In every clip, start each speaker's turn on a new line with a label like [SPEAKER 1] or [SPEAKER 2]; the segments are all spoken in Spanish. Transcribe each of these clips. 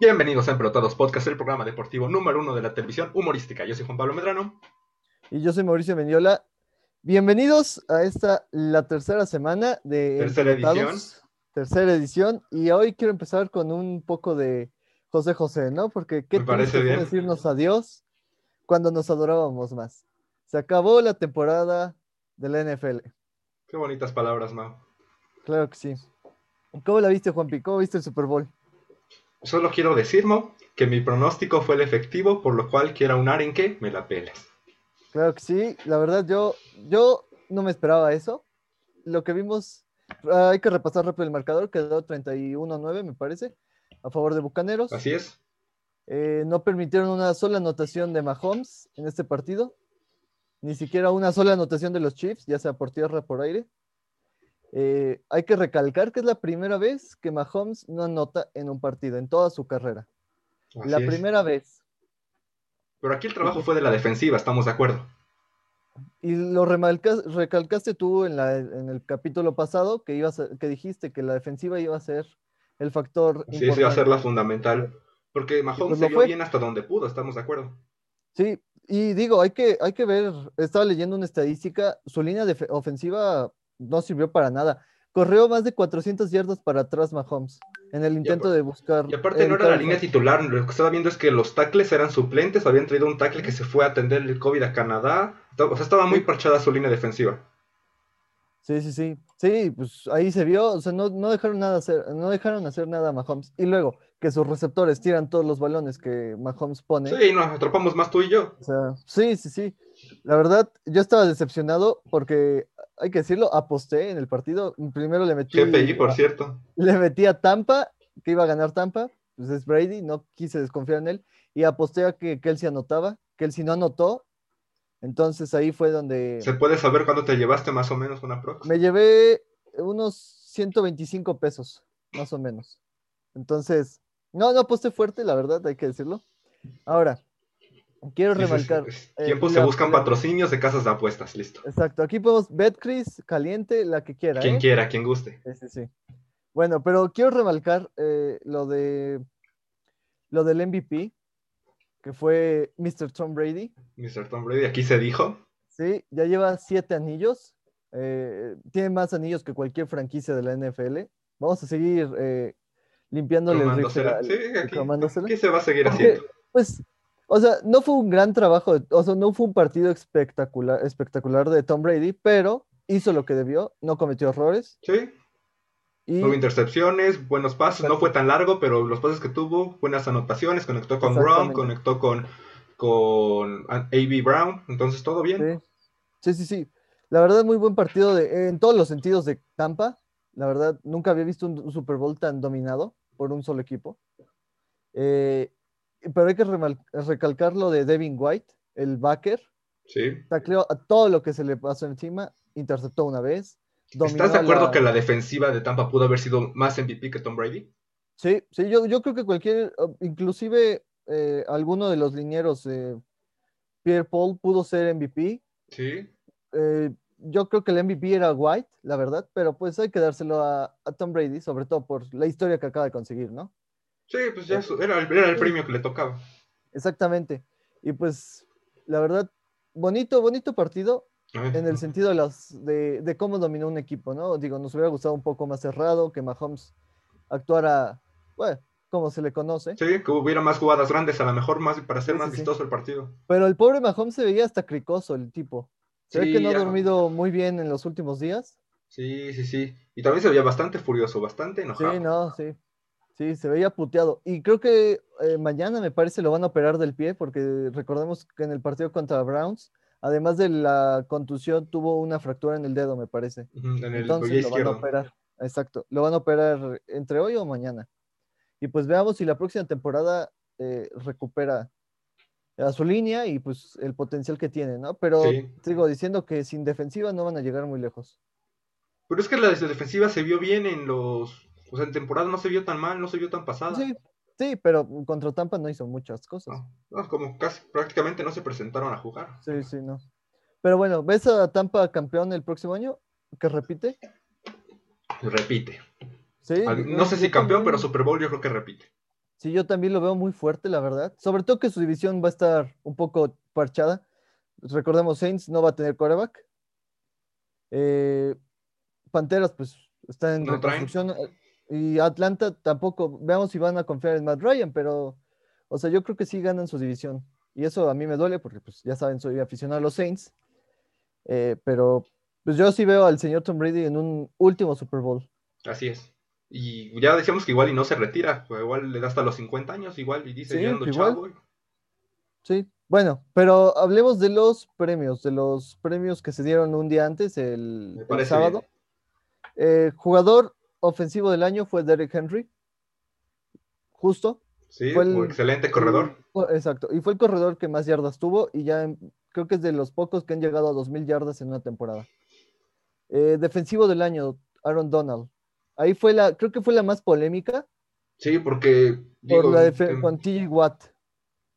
[SPEAKER 1] Bienvenidos a Empelotados Podcast, el programa deportivo número uno de la televisión humorística. Yo soy Juan Pablo Medrano.
[SPEAKER 2] Y yo soy Mauricio Mendiola. Bienvenidos a esta, la tercera semana de...
[SPEAKER 1] Tercera
[SPEAKER 2] Empatados,
[SPEAKER 1] edición.
[SPEAKER 2] Tercera edición. Y hoy quiero empezar con un poco de José José, ¿no? Porque qué
[SPEAKER 1] Me parece
[SPEAKER 2] triste fue
[SPEAKER 1] bien.
[SPEAKER 2] decirnos adiós cuando nos adorábamos más. Se acabó la temporada de la NFL.
[SPEAKER 1] Qué bonitas palabras, Mau.
[SPEAKER 2] Claro que sí. ¿Cómo la viste, Juanpi? ¿Cómo viste el Super Bowl?
[SPEAKER 1] Solo quiero decir, Mau, que mi pronóstico fue el efectivo, por lo cual quiero unar en que me la peles.
[SPEAKER 2] Claro que sí, la verdad yo, yo no me esperaba eso. Lo que vimos, ah, hay que repasar rápido el marcador, quedó 31-9 me parece, a favor de Bucaneros.
[SPEAKER 1] Así es.
[SPEAKER 2] Eh, no permitieron una sola anotación de Mahomes en este partido, ni siquiera una sola anotación de los Chiefs, ya sea por tierra, por aire. Eh, hay que recalcar que es la primera vez que Mahomes no anota en un partido, en toda su carrera.
[SPEAKER 1] así
[SPEAKER 2] la
[SPEAKER 1] es.
[SPEAKER 2] primera vez.
[SPEAKER 1] Pero aquí el trabajo fue de la defensiva, estamos de acuerdo.
[SPEAKER 2] Y lo remarcas- recalcaste tú en, la- en el capítulo pasado que, ibas a- que dijiste que la defensiva iba a ser el factor.
[SPEAKER 1] Así es, iba a ser
[SPEAKER 2] importante.
[SPEAKER 1] la fundamental. Porque Mahomes
[SPEAKER 2] pues
[SPEAKER 1] se
[SPEAKER 2] lo
[SPEAKER 1] vio
[SPEAKER 2] fue.
[SPEAKER 1] bien hasta donde pudo, estamos de acuerdo.
[SPEAKER 2] Sí, y digo, hay que, hay que ver, estaba leyendo una estadística, su línea defe- ofensiva no sirvió para nada. Corrió más de 400 yardas para atrás Mahomes en el intento
[SPEAKER 1] apar-
[SPEAKER 2] de buscar.
[SPEAKER 1] Y aparte no era
[SPEAKER 2] evitar
[SPEAKER 1] la
[SPEAKER 2] el
[SPEAKER 1] línea
[SPEAKER 2] sack.
[SPEAKER 1] titular, lo que estaba viendo es que los tackles eran suplentes, habían traído un tackle que se fue a atender el COVID a Canadá, o sea, estaba muy parchada su línea defensiva.
[SPEAKER 2] Sí, sí, sí. Sí, pues ahí se vio, o sea, no, no dejaron nada hacer, no dejaron hacer nada a Mahomes. Y luego que sus receptores tiran todos los balones que Mahomes pone.
[SPEAKER 1] Sí, nos atrapamos más tú y yo.
[SPEAKER 2] O sea, sí, sí, sí. La verdad, yo estaba decepcionado porque, hay que decirlo, aposté en el partido. Primero le metí,
[SPEAKER 1] GPI, por
[SPEAKER 2] a,
[SPEAKER 1] cierto.
[SPEAKER 2] le metí a Tampa, que iba a ganar Tampa. Pues es Brady, no quise desconfiar en él. Y aposté a que Kelsey anotaba. Kelsey no anotó. Entonces ahí fue donde
[SPEAKER 1] ¿Se puede saber cuándo te llevaste más o menos una prox?
[SPEAKER 2] me llevé unos 125 pesos, más o menos. Entonces, no, no aposté fuerte, la verdad, hay que decirlo. Ahora, quiero
[SPEAKER 1] Dices,
[SPEAKER 2] remarcar.
[SPEAKER 1] es-
[SPEAKER 2] eh,
[SPEAKER 1] Tiempo se
[SPEAKER 2] la-
[SPEAKER 1] buscan
[SPEAKER 2] la-
[SPEAKER 1] patrocinios de casas de apuestas, listo.
[SPEAKER 2] Exacto, aquí podemos Betcris, caliente, la que quiera.
[SPEAKER 1] Quien
[SPEAKER 2] ¿eh?
[SPEAKER 1] quiera, quien guste.
[SPEAKER 2] Sí, sí, sí. Bueno, pero quiero remarcar eh, lo de lo del MVP, que fue Mr. Tom Brady.
[SPEAKER 1] Mr. Tom Brady, aquí se dijo.
[SPEAKER 2] Sí, ya lleva siete anillos. eh, tiene más anillos que cualquier franquicia de la NFL. Vamos a seguir eh, limpiándole el
[SPEAKER 1] tomándosela.
[SPEAKER 2] rifle al-
[SPEAKER 1] Sí, aquí.
[SPEAKER 2] tomándosela.
[SPEAKER 1] ¿Qué se va a seguir
[SPEAKER 2] Porque-
[SPEAKER 1] haciendo?
[SPEAKER 2] Pues, o sea, no fue un gran trabajo, de- o sea, no fue un partido espectacular, espectacular de Tom Brady, pero hizo lo que debió, no cometió errores.
[SPEAKER 1] Sí,
[SPEAKER 2] Y
[SPEAKER 1] no hubo intercepciones, buenos pasos, no fue tan largo, pero los pasos que tuvo, buenas anotaciones, conectó con Brown,
[SPEAKER 2] Exactamente.
[SPEAKER 1] conectó con, con A.B. Brown, entonces todo bien.
[SPEAKER 2] Sí. Sí, sí, sí. La verdad, muy buen partido de, eh, en todos los sentidos de Tampa. La verdad, nunca había visto un, un Super Bowl tan dominado por un solo equipo. Eh, pero hay que remal- recalcar lo de Devin White, el backer.
[SPEAKER 1] Sí.
[SPEAKER 2] Tacleó a todo lo que se le pasó encima, interceptó una vez. dominó
[SPEAKER 1] ¿Estás de
[SPEAKER 2] a
[SPEAKER 1] acuerdo
[SPEAKER 2] la-
[SPEAKER 1] que la defensiva de Tampa pudo haber sido más MVP que Tom Brady?
[SPEAKER 2] Sí, sí, yo, yo creo que cualquier, o- inclusive eh, alguno de los linieros, eh, Pierre Paul pudo ser MVP,
[SPEAKER 1] Sí.
[SPEAKER 2] eh, yo creo que el MVP era White, la verdad, pero pues hay que dárselo a, a Tom Brady, sobre todo por la historia que acaba de conseguir, ¿no?
[SPEAKER 1] Sí, pues
[SPEAKER 2] Eh,
[SPEAKER 1] ya su- era, el- era el premio que le tocaba.
[SPEAKER 2] Exactamente. Y pues, la verdad, bonito, bonito partido en el sentido de, las, de, de cómo dominó un equipo, ¿no? Digo, nos hubiera gustado un poco más cerrado, que Mahomes actuara, bueno, como se le conoce.
[SPEAKER 1] Sí, que hubiera más jugadas grandes, a lo mejor más para hacer
[SPEAKER 2] Sí,
[SPEAKER 1] más
[SPEAKER 2] sí, sí.
[SPEAKER 1] vistoso el partido.
[SPEAKER 2] Pero el pobre Mahomes se veía hasta cricoso, el tipo. Se ve
[SPEAKER 1] Sí,
[SPEAKER 2] que no ha
[SPEAKER 1] ya.
[SPEAKER 2] dormido muy bien en los últimos días.
[SPEAKER 1] Sí, sí, sí. Y también se veía bastante furioso, bastante enojado.
[SPEAKER 2] Sí, no, sí. Sí, se veía puteado. Y creo que eh, mañana, me parece, lo van a operar del pie, porque recordemos que en el partido contra Browns, además de la contusión, tuvo una fractura en el dedo, me parece.
[SPEAKER 1] Ujú, En el
[SPEAKER 2] Entonces
[SPEAKER 1] pie
[SPEAKER 2] lo van a
[SPEAKER 1] izquierdo.
[SPEAKER 2] operar. Exacto. Lo van a operar entre hoy o mañana. Y pues veamos si la próxima temporada eh, recupera a su línea y pues el potencial que tiene, ¿no? Pero
[SPEAKER 1] Sí.
[SPEAKER 2] sigo diciendo que sin defensiva no van a llegar muy lejos.
[SPEAKER 1] Pero es que la defensiva se vio bien en los. O sea, en temporada no se vio tan mal, no se vio tan pasada.
[SPEAKER 2] Sí, sí, pero contra Tampa no hizo muchas cosas.
[SPEAKER 1] No, no, como casi prácticamente no se presentaron a jugar.
[SPEAKER 2] Sí, sí, no. Pero bueno, ¿ves a Tampa campeón el próximo año? ¿Que repite?
[SPEAKER 1] Repite.
[SPEAKER 2] Sí.
[SPEAKER 1] Al-
[SPEAKER 2] yo-
[SPEAKER 1] No sé
[SPEAKER 2] yo
[SPEAKER 1] si campeón,
[SPEAKER 2] también-
[SPEAKER 1] pero Super Bowl yo creo que repite.
[SPEAKER 2] Sí, yo también lo veo muy fuerte, la verdad. Sobre todo que su división va a estar un poco parchada. Recordemos, Saints no va a tener coreback. Eh, Panteras, pues, está en
[SPEAKER 1] No traen.
[SPEAKER 2] reconstrucción. eh, Y Atlanta tampoco. Veamos si van a confiar en Matt Ryan, pero, o sea, yo creo que sí ganan su división. Y eso a mí me duele porque, pues, ya saben, soy aficionado a los Saints. Eh, pero, pues, yo sí veo al señor Tom Brady en un último Super Bowl.
[SPEAKER 1] Así es. Y ya decíamos que igual y no se retira, pues igual le da hasta los 50 años, igual, y dice,
[SPEAKER 2] Sí,
[SPEAKER 1] yo ando
[SPEAKER 2] igual.
[SPEAKER 1] chavo.
[SPEAKER 2] Sí, bueno, pero hablemos de los premios, de los premios que se dieron un día antes, el,
[SPEAKER 1] Me
[SPEAKER 2] el
[SPEAKER 1] parece
[SPEAKER 2] sábado. Eh, jugador ofensivo del año fue Derrick Henry, justo.
[SPEAKER 1] Sí,
[SPEAKER 2] Fue el-
[SPEAKER 1] un excelente corredor.
[SPEAKER 2] Oh, Exacto, y fue el corredor que más yardas tuvo y ya en- creo que es de los pocos que han llegado a 2.000 yardas en una temporada. Eh, defensivo del año, Aaron Donald. Ahí fue la, creo que fue la más polémica
[SPEAKER 1] Sí, porque
[SPEAKER 2] por
[SPEAKER 1] digo,
[SPEAKER 2] la defe-
[SPEAKER 1] em,
[SPEAKER 2] con TJ Watt.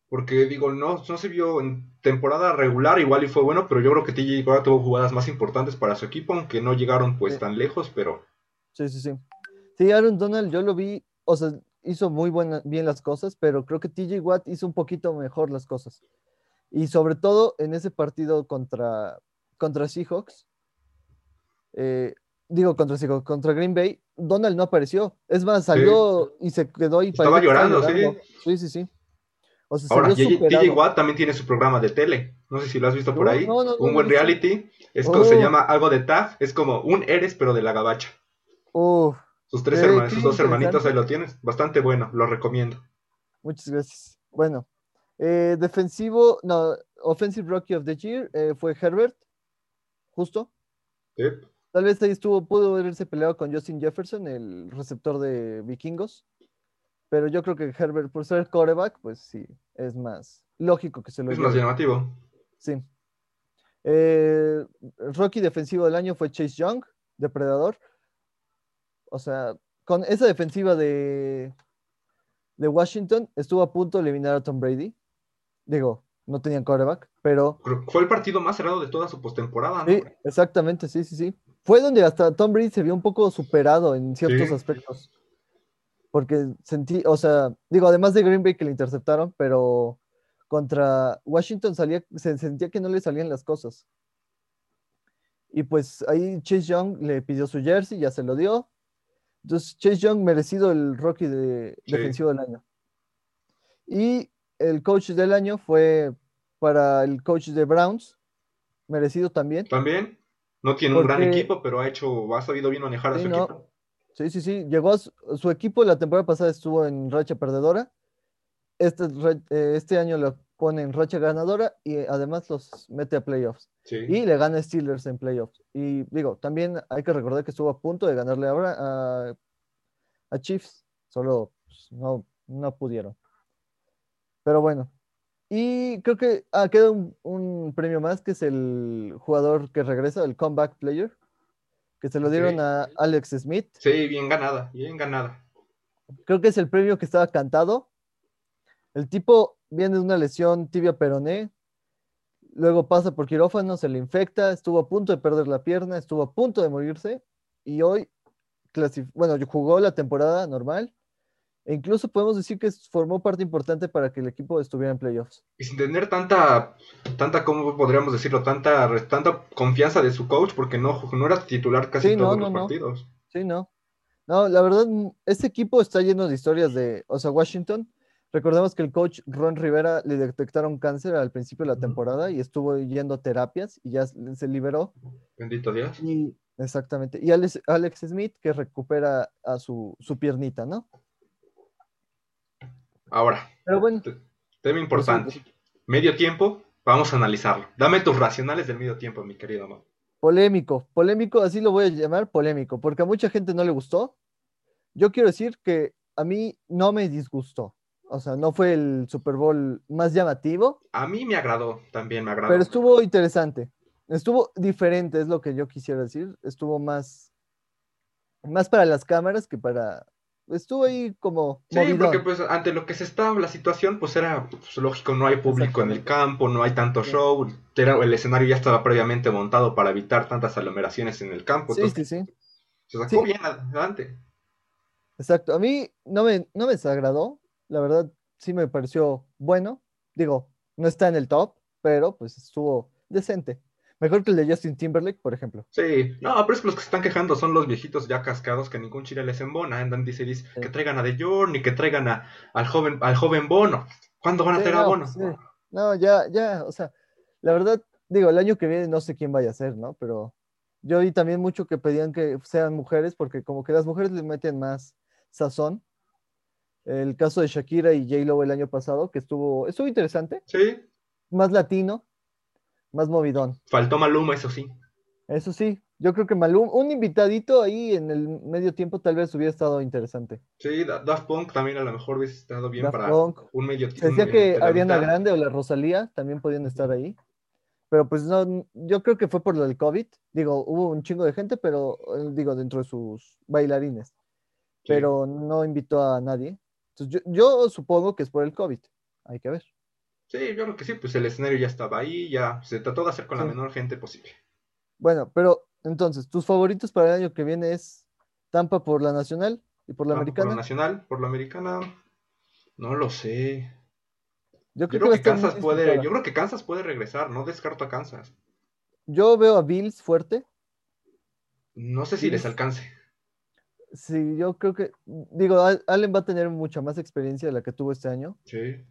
[SPEAKER 1] porque digo, no, no se vio en temporada regular, igual y fue bueno, pero yo creo que TJ Watt tuvo jugadas más importantes para su equipo, aunque no llegaron pues
[SPEAKER 2] Sí.
[SPEAKER 1] tan lejos, pero
[SPEAKER 2] Sí, sí, sí. Sí, Aaron Donald, yo lo vi, o sea, hizo muy buena, bien las cosas, pero creo que TJ Watt hizo un poquito mejor las cosas. Y sobre todo en ese partido contra, contra Seahawks, eh, digo contra Seahawks, contra Green Bay, Donald no apareció. Es más, salió y se quedó y
[SPEAKER 1] Estaba
[SPEAKER 2] parecía que
[SPEAKER 1] llorando, sí.
[SPEAKER 2] Sí, sí, sí. O sea, se
[SPEAKER 1] ahora
[SPEAKER 2] vio
[SPEAKER 1] TJ
[SPEAKER 2] superado.
[SPEAKER 1] TJ Watt también tiene su programa de tele. No sé si lo has visto por
[SPEAKER 2] No,
[SPEAKER 1] ahí.
[SPEAKER 2] no, no, no,
[SPEAKER 1] un buen
[SPEAKER 2] no lo he visto.
[SPEAKER 1] reality. Esto se
[SPEAKER 2] Oh.
[SPEAKER 1] llama algo de TAF. Es como un Eres, pero de la gabacha.
[SPEAKER 2] Uf,
[SPEAKER 1] Sus tres
[SPEAKER 2] Eh,
[SPEAKER 1] hermanos,
[SPEAKER 2] qué
[SPEAKER 1] sus dos hermanitos,
[SPEAKER 2] interesante.
[SPEAKER 1] ahí lo tienes. Bastante bueno, lo recomiendo.
[SPEAKER 2] muchas gracias. Bueno, eh, defensivo, no, Offensive Rookie of the Year eh, fue Herbert, justo.
[SPEAKER 1] Sí.
[SPEAKER 2] Tal vez ahí estuvo, pudo haberse peleado con Justin Jefferson, el receptor de vikingos. Pero yo creo que Herbert, por ser coreback, pues sí, es más lógico que se lo
[SPEAKER 1] Es más
[SPEAKER 2] lleve.
[SPEAKER 1] llamativo.
[SPEAKER 2] Sí. Eh, el rookie defensivo del año fue Chase Young, depredador. O sea, con esa defensiva de, de Washington estuvo a punto de eliminar a Tom Brady. Digo, no tenían coreback, pero
[SPEAKER 1] Creo que Fue el partido más cerrado de toda su postemporada. ¿no?
[SPEAKER 2] Sí, exactamente, sí, sí, sí. Fue donde hasta Tom Brady se vio un poco superado en ciertos
[SPEAKER 1] Sí.
[SPEAKER 2] aspectos. Porque sentí, o sea, digo, además de Green Bay que le interceptaron, pero contra Washington salía, se sentía que no le salían las cosas. Y pues ahí Chase Young le pidió su jersey, ya se lo dio. Entonces Chase Young merecido el Rocky de,
[SPEAKER 1] Sí.
[SPEAKER 2] defensivo del año. Y el coach del año fue para el coach de Browns, merecido también.
[SPEAKER 1] También no tiene un gran
[SPEAKER 2] Porque-
[SPEAKER 1] equipo, pero ha hecho, ha sabido bien manejar a
[SPEAKER 2] Sí,
[SPEAKER 1] su
[SPEAKER 2] no.
[SPEAKER 1] equipo.
[SPEAKER 2] Sí, sí, sí. Llegó a su, su equipo la temporada pasada estuvo en racha perdedora. Este, ra- eh, este año lo pone en racha ganadora y eh, además los mete a playoffs.
[SPEAKER 1] Sí.
[SPEAKER 2] Y le gana a Steelers en playoffs. Y digo, también hay que recordar que estuvo a punto de ganarle ahora a, a Chiefs. Solo pues, no, no pudieron. Pero bueno. Y creo que ah, queda un, un premio más que es el jugador que regresa, el comeback player. Que se lo dieron
[SPEAKER 1] Ok.
[SPEAKER 2] a Alex Smith
[SPEAKER 1] Sí, bien ganada, bien ganada.
[SPEAKER 2] creo que es el premio que estaba cantado. El tipo viene de una lesión tibia peroné, luego pasa por quirófano, se le infecta, estuvo a punto de perder la pierna, estuvo a punto de morirse y hoy, clasif- bueno, jugó la temporada normal e incluso podemos decir que formó parte importante para que el equipo estuviera en playoffs.
[SPEAKER 1] Y sin tener tanta, tanta, ¿cómo podríamos decirlo? Tanta, re- tanta confianza de su coach, porque no, no era titular casi
[SPEAKER 2] Sí, no,
[SPEAKER 1] todos
[SPEAKER 2] no,
[SPEAKER 1] los
[SPEAKER 2] no.
[SPEAKER 1] partidos.
[SPEAKER 2] Sí, no. No, la verdad, mm, este equipo está lleno de historias de, o sea, Washington. Recordemos que el coach Ron Rivera le detectaron cáncer al principio de la
[SPEAKER 1] Ujú.
[SPEAKER 2] temporada y estuvo yendo a terapias y ya s- se liberó.
[SPEAKER 1] Bendito Dios.
[SPEAKER 2] Y exactamente. Y Alex, Alex Smith que recupera a su, su piernita, ¿no?
[SPEAKER 1] Ahora,
[SPEAKER 2] Pero bueno, Pues
[SPEAKER 1] tema Eh, importante. Medio tiempo, vamos a analizarlo. Dame tus racionales del medio tiempo, mi querido Mau.
[SPEAKER 2] polémico, polémico, así lo voy a llamar polémico, porque a mucha gente no le gustó. Yo quiero decir que a mí no me disgustó. O sea, no fue el Super Bowl más llamativo,
[SPEAKER 1] A mí me agradó, también me agradó.
[SPEAKER 2] Pero estuvo interesante. Estuvo diferente, es lo que yo quisiera decir. Estuvo más, más para las cámaras que para. Estuvo ahí como.
[SPEAKER 1] Sí, porque
[SPEAKER 2] movidón.
[SPEAKER 1] pues ante lo que se estaba la situación, pues era pues, lógico, no hay público en el campo, no hay tanto
[SPEAKER 2] Sí.
[SPEAKER 1] show, era- el escenario ya estaba previamente montado para evitar tantas aglomeraciones en el campo,
[SPEAKER 2] Sí,
[SPEAKER 1] entonces
[SPEAKER 2] sí, sí.
[SPEAKER 1] se sacó
[SPEAKER 2] Sí.
[SPEAKER 1] bien adelante.
[SPEAKER 2] Exacto. A mí no me, no me desagradó. La verdad, sí me pareció bueno. Digo, no está en el top, pero pues estuvo decente. Mejor que el de Justin Timberlake, por ejemplo.
[SPEAKER 1] Sí, no, pero es que los que se están quejando son los viejitos ya cascados que ningún chile les embona. Andan dice, dice
[SPEAKER 2] Sí.
[SPEAKER 1] que traigan a De Jordan y que traigan a, al, joven, al joven Bono. ¿Cuándo van a
[SPEAKER 2] Sí,
[SPEAKER 1] traer a
[SPEAKER 2] no,
[SPEAKER 1] Bono?
[SPEAKER 2] sí. No, ya, ya, o sea, la verdad, digo, el año que viene no sé quién vaya a ser, ¿no? Pero yo vi también mucho que pedían que sean mujeres, porque como que las mujeres les meten más sazón. El caso de Shakira y J-Lo el año pasado, que estuvo, estuvo interesante,
[SPEAKER 1] Sí,
[SPEAKER 2] más latino, más movidón.
[SPEAKER 1] faltó Maluma, eso sí.
[SPEAKER 2] Eso sí, yo creo que Malum, un invitadito ahí en el medio tiempo tal vez hubiera estado interesante.
[SPEAKER 1] Sí, Da- Daft Punk también a lo mejor hubiese estado bien
[SPEAKER 2] Daft
[SPEAKER 1] para
[SPEAKER 2] Punk.
[SPEAKER 1] un medio
[SPEAKER 2] Se decía
[SPEAKER 1] un-
[SPEAKER 2] que
[SPEAKER 1] eh,
[SPEAKER 2] Ariana
[SPEAKER 1] ahorita.
[SPEAKER 2] Grande o la Rosalía también podían estar ahí. Pero pues no, yo creo que fue por lo del COVID. Digo, hubo un chingo de gente, pero eh, digo, dentro de sus bailarines.
[SPEAKER 1] Sí.
[SPEAKER 2] Pero no invitó a nadie. Entonces yo, yo supongo que es por el COVID. Hay que ver.
[SPEAKER 1] Sí, yo creo que sí, pues el escenario ya estaba ahí, ya se trató de hacer con
[SPEAKER 2] Sí.
[SPEAKER 1] la menor gente posible.
[SPEAKER 2] Bueno, pero entonces, tus favoritos para el año que viene es Tampa por la Nacional y por la
[SPEAKER 1] Tanto Por la
[SPEAKER 2] Americana.
[SPEAKER 1] nacional, por la americana, no lo sé. Yo
[SPEAKER 2] Yo creo este
[SPEAKER 1] creo
[SPEAKER 2] va a
[SPEAKER 1] que
[SPEAKER 2] estar muy
[SPEAKER 1] Kansas puede,
[SPEAKER 2] disputada.
[SPEAKER 1] yo creo que Kansas puede regresar, no descarto a Kansas.
[SPEAKER 2] Yo veo a Bills fuerte.
[SPEAKER 1] No sé si
[SPEAKER 2] Sí.
[SPEAKER 1] les alcance.
[SPEAKER 2] Sí, yo creo que, digo, Al- Allen va a tener mucha más experiencia de la que tuvo este año.
[SPEAKER 1] Sí.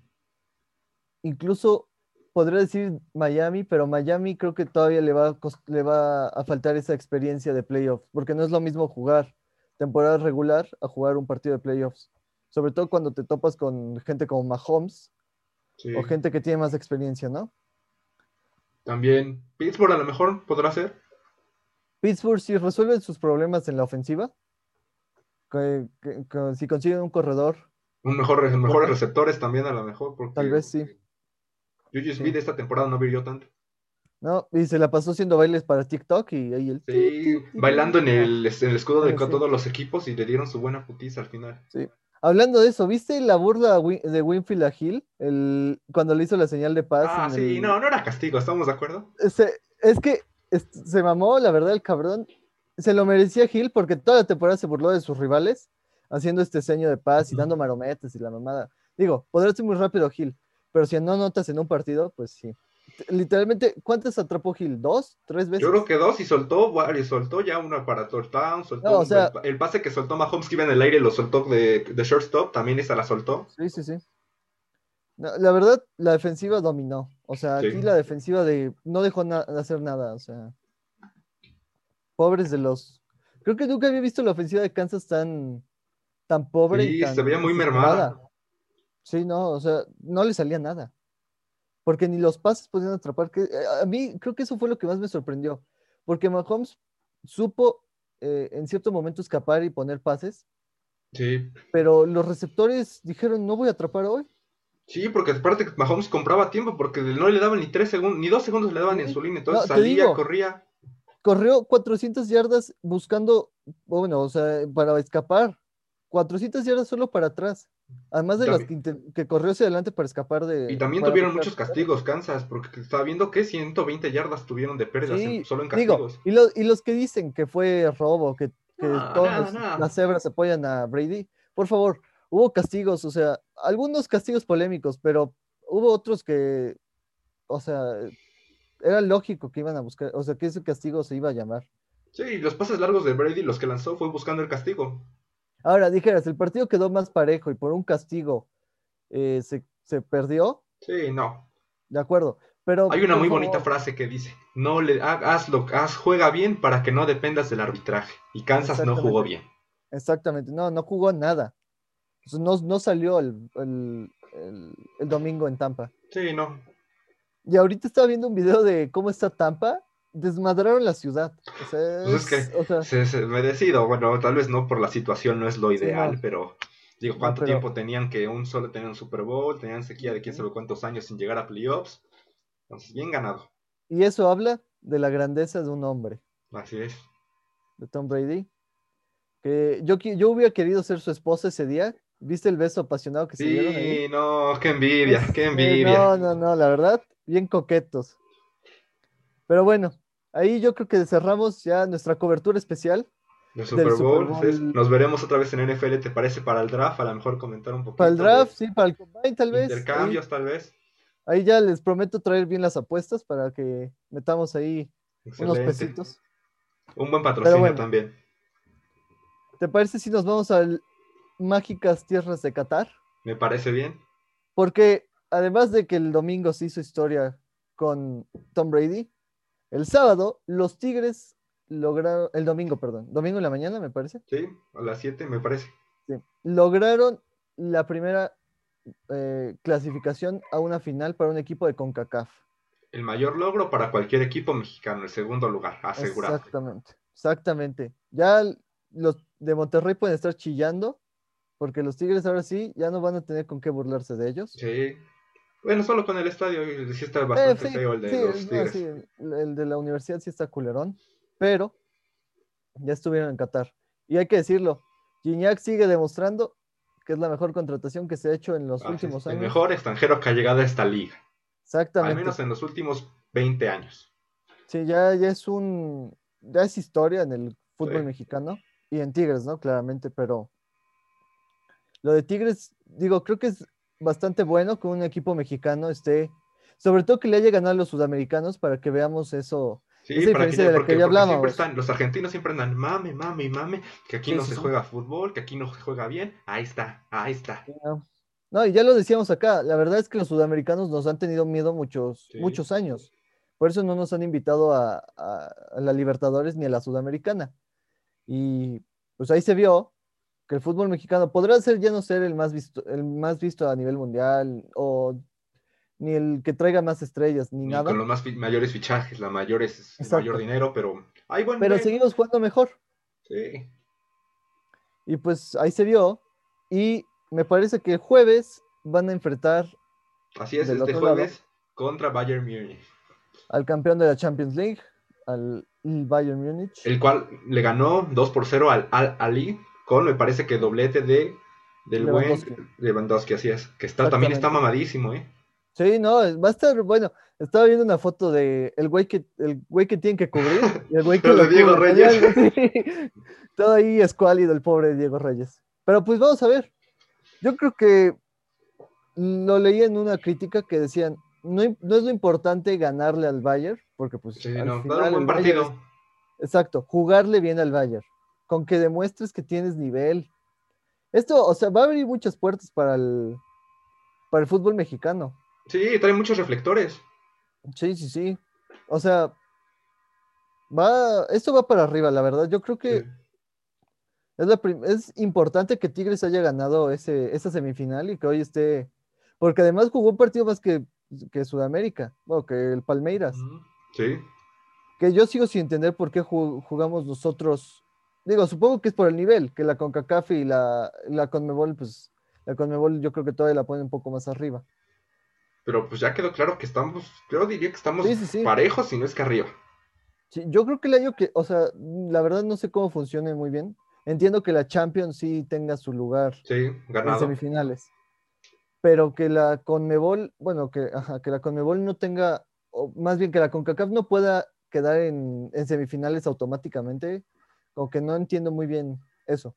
[SPEAKER 2] Incluso podría decir Miami, pero Miami creo que todavía le va, a cos- le va a faltar esa experiencia de playoffs, porque no es lo mismo jugar temporada regular a jugar un partido de playoffs. Sobre todo cuando te topas con gente como Mahomes
[SPEAKER 1] Sí.
[SPEAKER 2] o gente que tiene más experiencia, ¿no?
[SPEAKER 1] También Pittsburgh a lo mejor podrá ser.
[SPEAKER 2] Pittsburgh, si resuelven sus problemas en la ofensiva, que- que- que si consiguen un corredor,
[SPEAKER 1] Un mejor, mejores
[SPEAKER 2] Bueno.
[SPEAKER 1] receptores también a lo mejor. Porque
[SPEAKER 2] tal vez sí.
[SPEAKER 1] Juju
[SPEAKER 2] Sí.
[SPEAKER 1] Smith esta temporada no brilló tanto.
[SPEAKER 2] No, y se la pasó haciendo bailes para TikTok y ahí el... ti,
[SPEAKER 1] Sí,
[SPEAKER 2] ti, ti,
[SPEAKER 1] bailando en
[SPEAKER 2] ti.
[SPEAKER 1] el, en el escudo de
[SPEAKER 2] Bueno, sí.
[SPEAKER 1] todos los equipos y le dieron su buena putiza al final.
[SPEAKER 2] Hablando de eso, ¿viste la burla a Win- de Winfield a Hill? El, cuando le hizo la señal de paz.
[SPEAKER 1] Ah,
[SPEAKER 2] en
[SPEAKER 1] sí,
[SPEAKER 2] el-
[SPEAKER 1] no, no era castigo, ¿estamos de acuerdo?
[SPEAKER 2] Se- es que es- se mamó, la verdad, el cabrón. Se lo merecía Hill porque toda la temporada se burló de sus rivales, haciendo este seño de paz y
[SPEAKER 1] Ujú.
[SPEAKER 2] dando marometes y la mamada. Digo, podrás ser muy rápido Hill, pero si no notas en un partido, pues sí. T- Literalmente, ¿cuántas atrapó Hill? ¿Dos? ¿Tres veces?
[SPEAKER 1] Yo creo que dos y soltó varios, soltó ya una para touchdown, soltó
[SPEAKER 2] No, o
[SPEAKER 1] un-
[SPEAKER 2] sea-
[SPEAKER 1] el pase que soltó Mahomes que iba en el aire lo soltó de, de shortstop, también esa la soltó.
[SPEAKER 2] Sí, sí, sí. No, la verdad, la defensiva dominó. O sea,
[SPEAKER 1] Sí.
[SPEAKER 2] aquí la defensiva de no dejó na- de hacer nada. O sea, pobres de los. Creo que nunca había visto la ofensiva de Kansas tan, tan pobre. y
[SPEAKER 1] Sí,
[SPEAKER 2] tan
[SPEAKER 1] se veía muy
[SPEAKER 2] desesperada.
[SPEAKER 1] mermada.
[SPEAKER 2] Sí, no, o sea, no le salía nada. Porque ni los pases podían atrapar. Que, eh, a mí creo que eso fue lo que más me sorprendió. Porque Mahomes supo eh, en cierto momento escapar y poner pases,
[SPEAKER 1] Sí.
[SPEAKER 2] pero los receptores dijeron, no voy a atrapar hoy.
[SPEAKER 1] Sí, porque aparte Mahomes compraba tiempo porque no le daban ni tres segundos, ni dos segundos le daban
[SPEAKER 2] Sí.
[SPEAKER 1] en su línea, entonces
[SPEAKER 2] No, te
[SPEAKER 1] salía,
[SPEAKER 2] digo.
[SPEAKER 1] corría.
[SPEAKER 2] corrió 400 yardas buscando, bueno, o sea, para escapar. 400 yardas solo para atrás. Además de las que,
[SPEAKER 1] También-
[SPEAKER 2] inten- que corrió hacia adelante para escapar de.
[SPEAKER 1] Y también
[SPEAKER 2] para
[SPEAKER 1] tuvieron
[SPEAKER 2] buscar-
[SPEAKER 1] muchos castigos Kansas, porque estaba viendo que 120 yardas tuvieron de pérdidas en-
[SPEAKER 2] Sí,
[SPEAKER 1] ¿eh? solo en
[SPEAKER 2] digo,
[SPEAKER 1] castigos.
[SPEAKER 2] y, lo- y los que dicen que fue robo, que, que
[SPEAKER 1] No,
[SPEAKER 2] todos
[SPEAKER 1] nada,
[SPEAKER 2] los-
[SPEAKER 1] nada.
[SPEAKER 2] las cebras apoyan a Brady, por favor, hubo castigos, o sea, algunos castigos polémicos, pero hubo otros que, o sea, era lógico que iban a buscar, o sea, que ese castigo se iba a llamar.
[SPEAKER 1] Sí, los pases largos de Brady, los que lanzó fue buscando el castigo.
[SPEAKER 2] Ahora, dijeras, el partido quedó más parejo y por un castigo eh, se, se perdió,
[SPEAKER 1] Sí, no.
[SPEAKER 2] de acuerdo. Pero
[SPEAKER 1] Hay una
[SPEAKER 2] por
[SPEAKER 1] muy
[SPEAKER 2] favor,
[SPEAKER 1] bonita frase que dice, no le ha- hazlo, haz juega bien para que no dependas del arbitraje. Y Kansas no jugó bien.
[SPEAKER 2] Exactamente, no, no jugó nada. O sea, No, no salió el, el- el- el domingo en Tampa.
[SPEAKER 1] Sí, no.
[SPEAKER 2] Y ahorita estaba viendo un video de cómo está Tampa. Desmadraron la ciudad. O sea,
[SPEAKER 1] Pues es
[SPEAKER 2] es- o sea,
[SPEAKER 1] Se, se- me decido, bueno, tal vez no por la situación no es lo
[SPEAKER 2] Sí,
[SPEAKER 1] ideal,
[SPEAKER 2] no.
[SPEAKER 1] pero digo,
[SPEAKER 2] No,
[SPEAKER 1] ¿cuánto
[SPEAKER 2] pero-
[SPEAKER 1] tiempo tenían que un solo tenían un Super Bowl? Tenían sequía de quién sabe cuántos años sin llegar a playoffs. Entonces, bien ganado.
[SPEAKER 2] y eso habla de la grandeza de un hombre,
[SPEAKER 1] Así es.
[SPEAKER 2] de Tom Brady. Que yo, qui- yo hubiera querido ser su esposa ese día. ¿Viste el beso apasionado que se dieron ahí?
[SPEAKER 1] Sí, no, qué envidia, qué
[SPEAKER 2] Eh,
[SPEAKER 1] envidia.
[SPEAKER 2] No, no, no, la verdad, bien coquetos. Pero bueno, ahí yo creo que cerramos ya nuestra cobertura especial.
[SPEAKER 1] del Super
[SPEAKER 2] del
[SPEAKER 1] Bowl.
[SPEAKER 2] Super Bowl.
[SPEAKER 1] Entonces, nos veremos otra vez en NFL, ¿te parece? Para el draft, a lo mejor comentar un poquito.
[SPEAKER 2] Para el
[SPEAKER 1] de
[SPEAKER 2] draft, sí, para el combine tal vez. Ahí,
[SPEAKER 1] Intercambios, tal vez.
[SPEAKER 2] ahí ya les prometo traer bien las apuestas para que metamos ahí unos
[SPEAKER 1] Excelente.
[SPEAKER 2] pesitos.
[SPEAKER 1] Un buen patrocinio
[SPEAKER 2] bueno.
[SPEAKER 1] también.
[SPEAKER 2] ¿Te parece si nos vamos al Mágicas Tierras de Qatar?
[SPEAKER 1] Me parece bien.
[SPEAKER 2] Porque además de que el domingo se hizo historia con Tom Brady, el sábado los Tigres lograron, el domingo, perdón, domingo en la mañana me parece,
[SPEAKER 1] Sí, a las 7 me parece.
[SPEAKER 2] sí, lograron la primera eh, clasificación a una final para un equipo de CONCACAF.
[SPEAKER 1] El mayor logro para cualquier equipo mexicano, el segundo lugar, asegurado.
[SPEAKER 2] Exactamente, exactamente. Ya l- los de Monterrey pueden estar chillando porque los Tigres ahora sí ya no van a tener con qué burlarse de ellos.
[SPEAKER 1] Sí. Bueno, solo con el estadio y sí está bastante
[SPEAKER 2] Eh, sí,
[SPEAKER 1] feo el de
[SPEAKER 2] sí,
[SPEAKER 1] los
[SPEAKER 2] no,
[SPEAKER 1] Tigres.
[SPEAKER 2] sí, el- el de la universidad sí está culerón, pero ya estuvieron en Qatar. Y hay que decirlo, Gignac sigue demostrando que es la mejor contratación que se ha hecho en los
[SPEAKER 1] Así Ah, es,
[SPEAKER 2] últimos
[SPEAKER 1] el
[SPEAKER 2] años.
[SPEAKER 1] mejor extranjero que ha llegado a esta liga, al
[SPEAKER 2] Exactamente.
[SPEAKER 1] menos en los últimos 20 años.
[SPEAKER 2] Sí, ya, ya es un, ya es historia en el fútbol
[SPEAKER 1] Sí.
[SPEAKER 2] mexicano y en Tigres, ¿no? Claramente, pero lo de Tigres, digo, creo que es bastante bueno que un equipo mexicano esté, sobre todo que le haya ganado a los sudamericanos para que veamos eso.
[SPEAKER 1] Sí,
[SPEAKER 2] Esa
[SPEAKER 1] para que
[SPEAKER 2] diferencia
[SPEAKER 1] ya-
[SPEAKER 2] de la
[SPEAKER 1] porque,
[SPEAKER 2] que ya
[SPEAKER 1] porque siempre
[SPEAKER 2] hablábamos.
[SPEAKER 1] están, los argentinos siempre andan mame, mame, mame, que aquí
[SPEAKER 2] Sí,
[SPEAKER 1] no
[SPEAKER 2] sí,
[SPEAKER 1] se
[SPEAKER 2] sí.
[SPEAKER 1] juega fútbol, que aquí no se juega bien. Ahí está, ahí está.
[SPEAKER 2] ¿no? No, y ya lo decíamos acá, la verdad es que los sudamericanos nos han tenido miedo muchos,
[SPEAKER 1] Sí.
[SPEAKER 2] muchos años. Por eso no nos han invitado a, a- a la Libertadores ni a la Sudamericana. Y pues ahí se vio que el fútbol mexicano podrá ser ya no ser el más visto, el más visto a nivel mundial o ni el que traiga más estrellas ni
[SPEAKER 1] Y
[SPEAKER 2] nada,
[SPEAKER 1] con los más fi- mayores fichajes, la mayores, el
[SPEAKER 2] Exacto.
[SPEAKER 1] mayor dinero, pero hay buen
[SPEAKER 2] pero
[SPEAKER 1] nivel.
[SPEAKER 2] seguimos jugando mejor.
[SPEAKER 1] Sí.
[SPEAKER 2] Y pues ahí se vio. Y me parece que el jueves van a enfrentar
[SPEAKER 1] Así es,
[SPEAKER 2] Del
[SPEAKER 1] este
[SPEAKER 2] otro
[SPEAKER 1] jueves contra Bayern Múnich,
[SPEAKER 2] al campeón de la Champions League, al Bayern Múnich.
[SPEAKER 1] el cual le ganó 2 por 0 al Al Ali con me parece que doblete de del
[SPEAKER 2] Lewandowski.
[SPEAKER 1] buen Lewandowski, así es, que está también está mamadísimo, ¿eh?
[SPEAKER 2] Sí, no, es- va a estar bueno. Estaba viendo una foto de el güey que el güey que tienen que cubrir y el güey que
[SPEAKER 1] El de
[SPEAKER 2] lo
[SPEAKER 1] Diego
[SPEAKER 2] cubre,
[SPEAKER 1] Reyes.
[SPEAKER 2] ¿no? Sí. Todo ahí escuálido el pobre Diego Reyes. Pero pues vamos a ver. Yo creo que lo leí en una crítica que decían, no, im- no es lo importante ganarle al Bayern, porque pues
[SPEAKER 1] Sí,
[SPEAKER 2] al
[SPEAKER 1] no,
[SPEAKER 2] final
[SPEAKER 1] dar un
[SPEAKER 2] el
[SPEAKER 1] buen
[SPEAKER 2] Bayern
[SPEAKER 1] partido.
[SPEAKER 2] Exacto, jugarle bien al Bayern, con que demuestres que tienes nivel. Esto, o sea, va a abrir muchas puertas para el, para el fútbol mexicano.
[SPEAKER 1] Sí, trae muchos reflectores.
[SPEAKER 2] Sí, sí, sí. O sea, va, esto va para arriba, la verdad. Yo creo que
[SPEAKER 1] Sí.
[SPEAKER 2] es, la prim- es importante que Tigres haya ganado ese, esa semifinal y que hoy esté, porque además jugó un partido más que, que Sudamérica, bueno, que el Palmeiras.
[SPEAKER 1] Ujú. Sí.
[SPEAKER 2] que yo sigo sin entender por qué ju- jugamos nosotros. Digo, supongo que es por el nivel, que la CONCACAF y la, la CONMEBOL, pues la CONMEBOL yo creo que todavía la ponen un poco más arriba.
[SPEAKER 1] Pero pues ya quedó claro que estamos, yo diría que estamos
[SPEAKER 2] Sí, sí, sí.
[SPEAKER 1] parejos y no es que arriba.
[SPEAKER 2] Sí, yo creo que el año que, o sea, la verdad no sé cómo funcione muy bien. Entiendo que la Champions sí tenga su lugar
[SPEAKER 1] Sí,
[SPEAKER 2] en
[SPEAKER 1] ganado.
[SPEAKER 2] semifinales, pero que la CONMEBOL, bueno, que, ajá, que la CONMEBOL no tenga, o más bien que la CONCACAF no pueda quedar en, en semifinales automáticamente, como que no entiendo muy bien eso.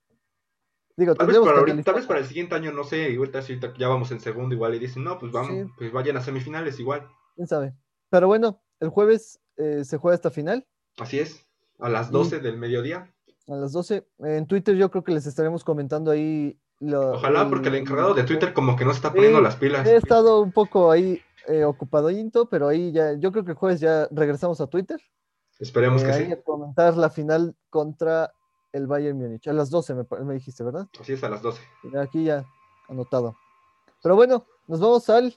[SPEAKER 2] Digo,
[SPEAKER 1] Tal vez,
[SPEAKER 2] tendremos
[SPEAKER 1] para
[SPEAKER 2] que
[SPEAKER 1] ahorita- tal vez
[SPEAKER 2] analizar.
[SPEAKER 1] para el siguiente año, no sé, y ahorita sí, ya vamos en segundo igual y dicen, no, pues vamos,
[SPEAKER 2] Sí.
[SPEAKER 1] pues vayan a semifinales igual.
[SPEAKER 2] quién sabe. Pero bueno, el jueves eh, se juega esta final
[SPEAKER 1] Así es, a las
[SPEAKER 2] Y-
[SPEAKER 1] 12 del mediodía.
[SPEAKER 2] a las 12. En Twitter yo creo que les estaremos comentando ahí. lo-
[SPEAKER 1] Ojalá, porque el encargado de Twitter como que no se está poniendo
[SPEAKER 2] Mm, Sí,
[SPEAKER 1] las pilas.
[SPEAKER 2] He estado un poco ahí eh, ocupadito, pero ahí ya, yo creo que el jueves ya regresamos a Twitter.
[SPEAKER 1] Esperemos
[SPEAKER 2] eh,
[SPEAKER 1] que
[SPEAKER 2] ahí
[SPEAKER 1] sí.
[SPEAKER 2] a comentar la final contra el Bayern Múnich. A las 12 me, pa- me dijiste, ¿verdad?
[SPEAKER 1] Así es, a las 12.
[SPEAKER 2] Mira, Aquí ya anotado. Pero bueno, nos vamos al...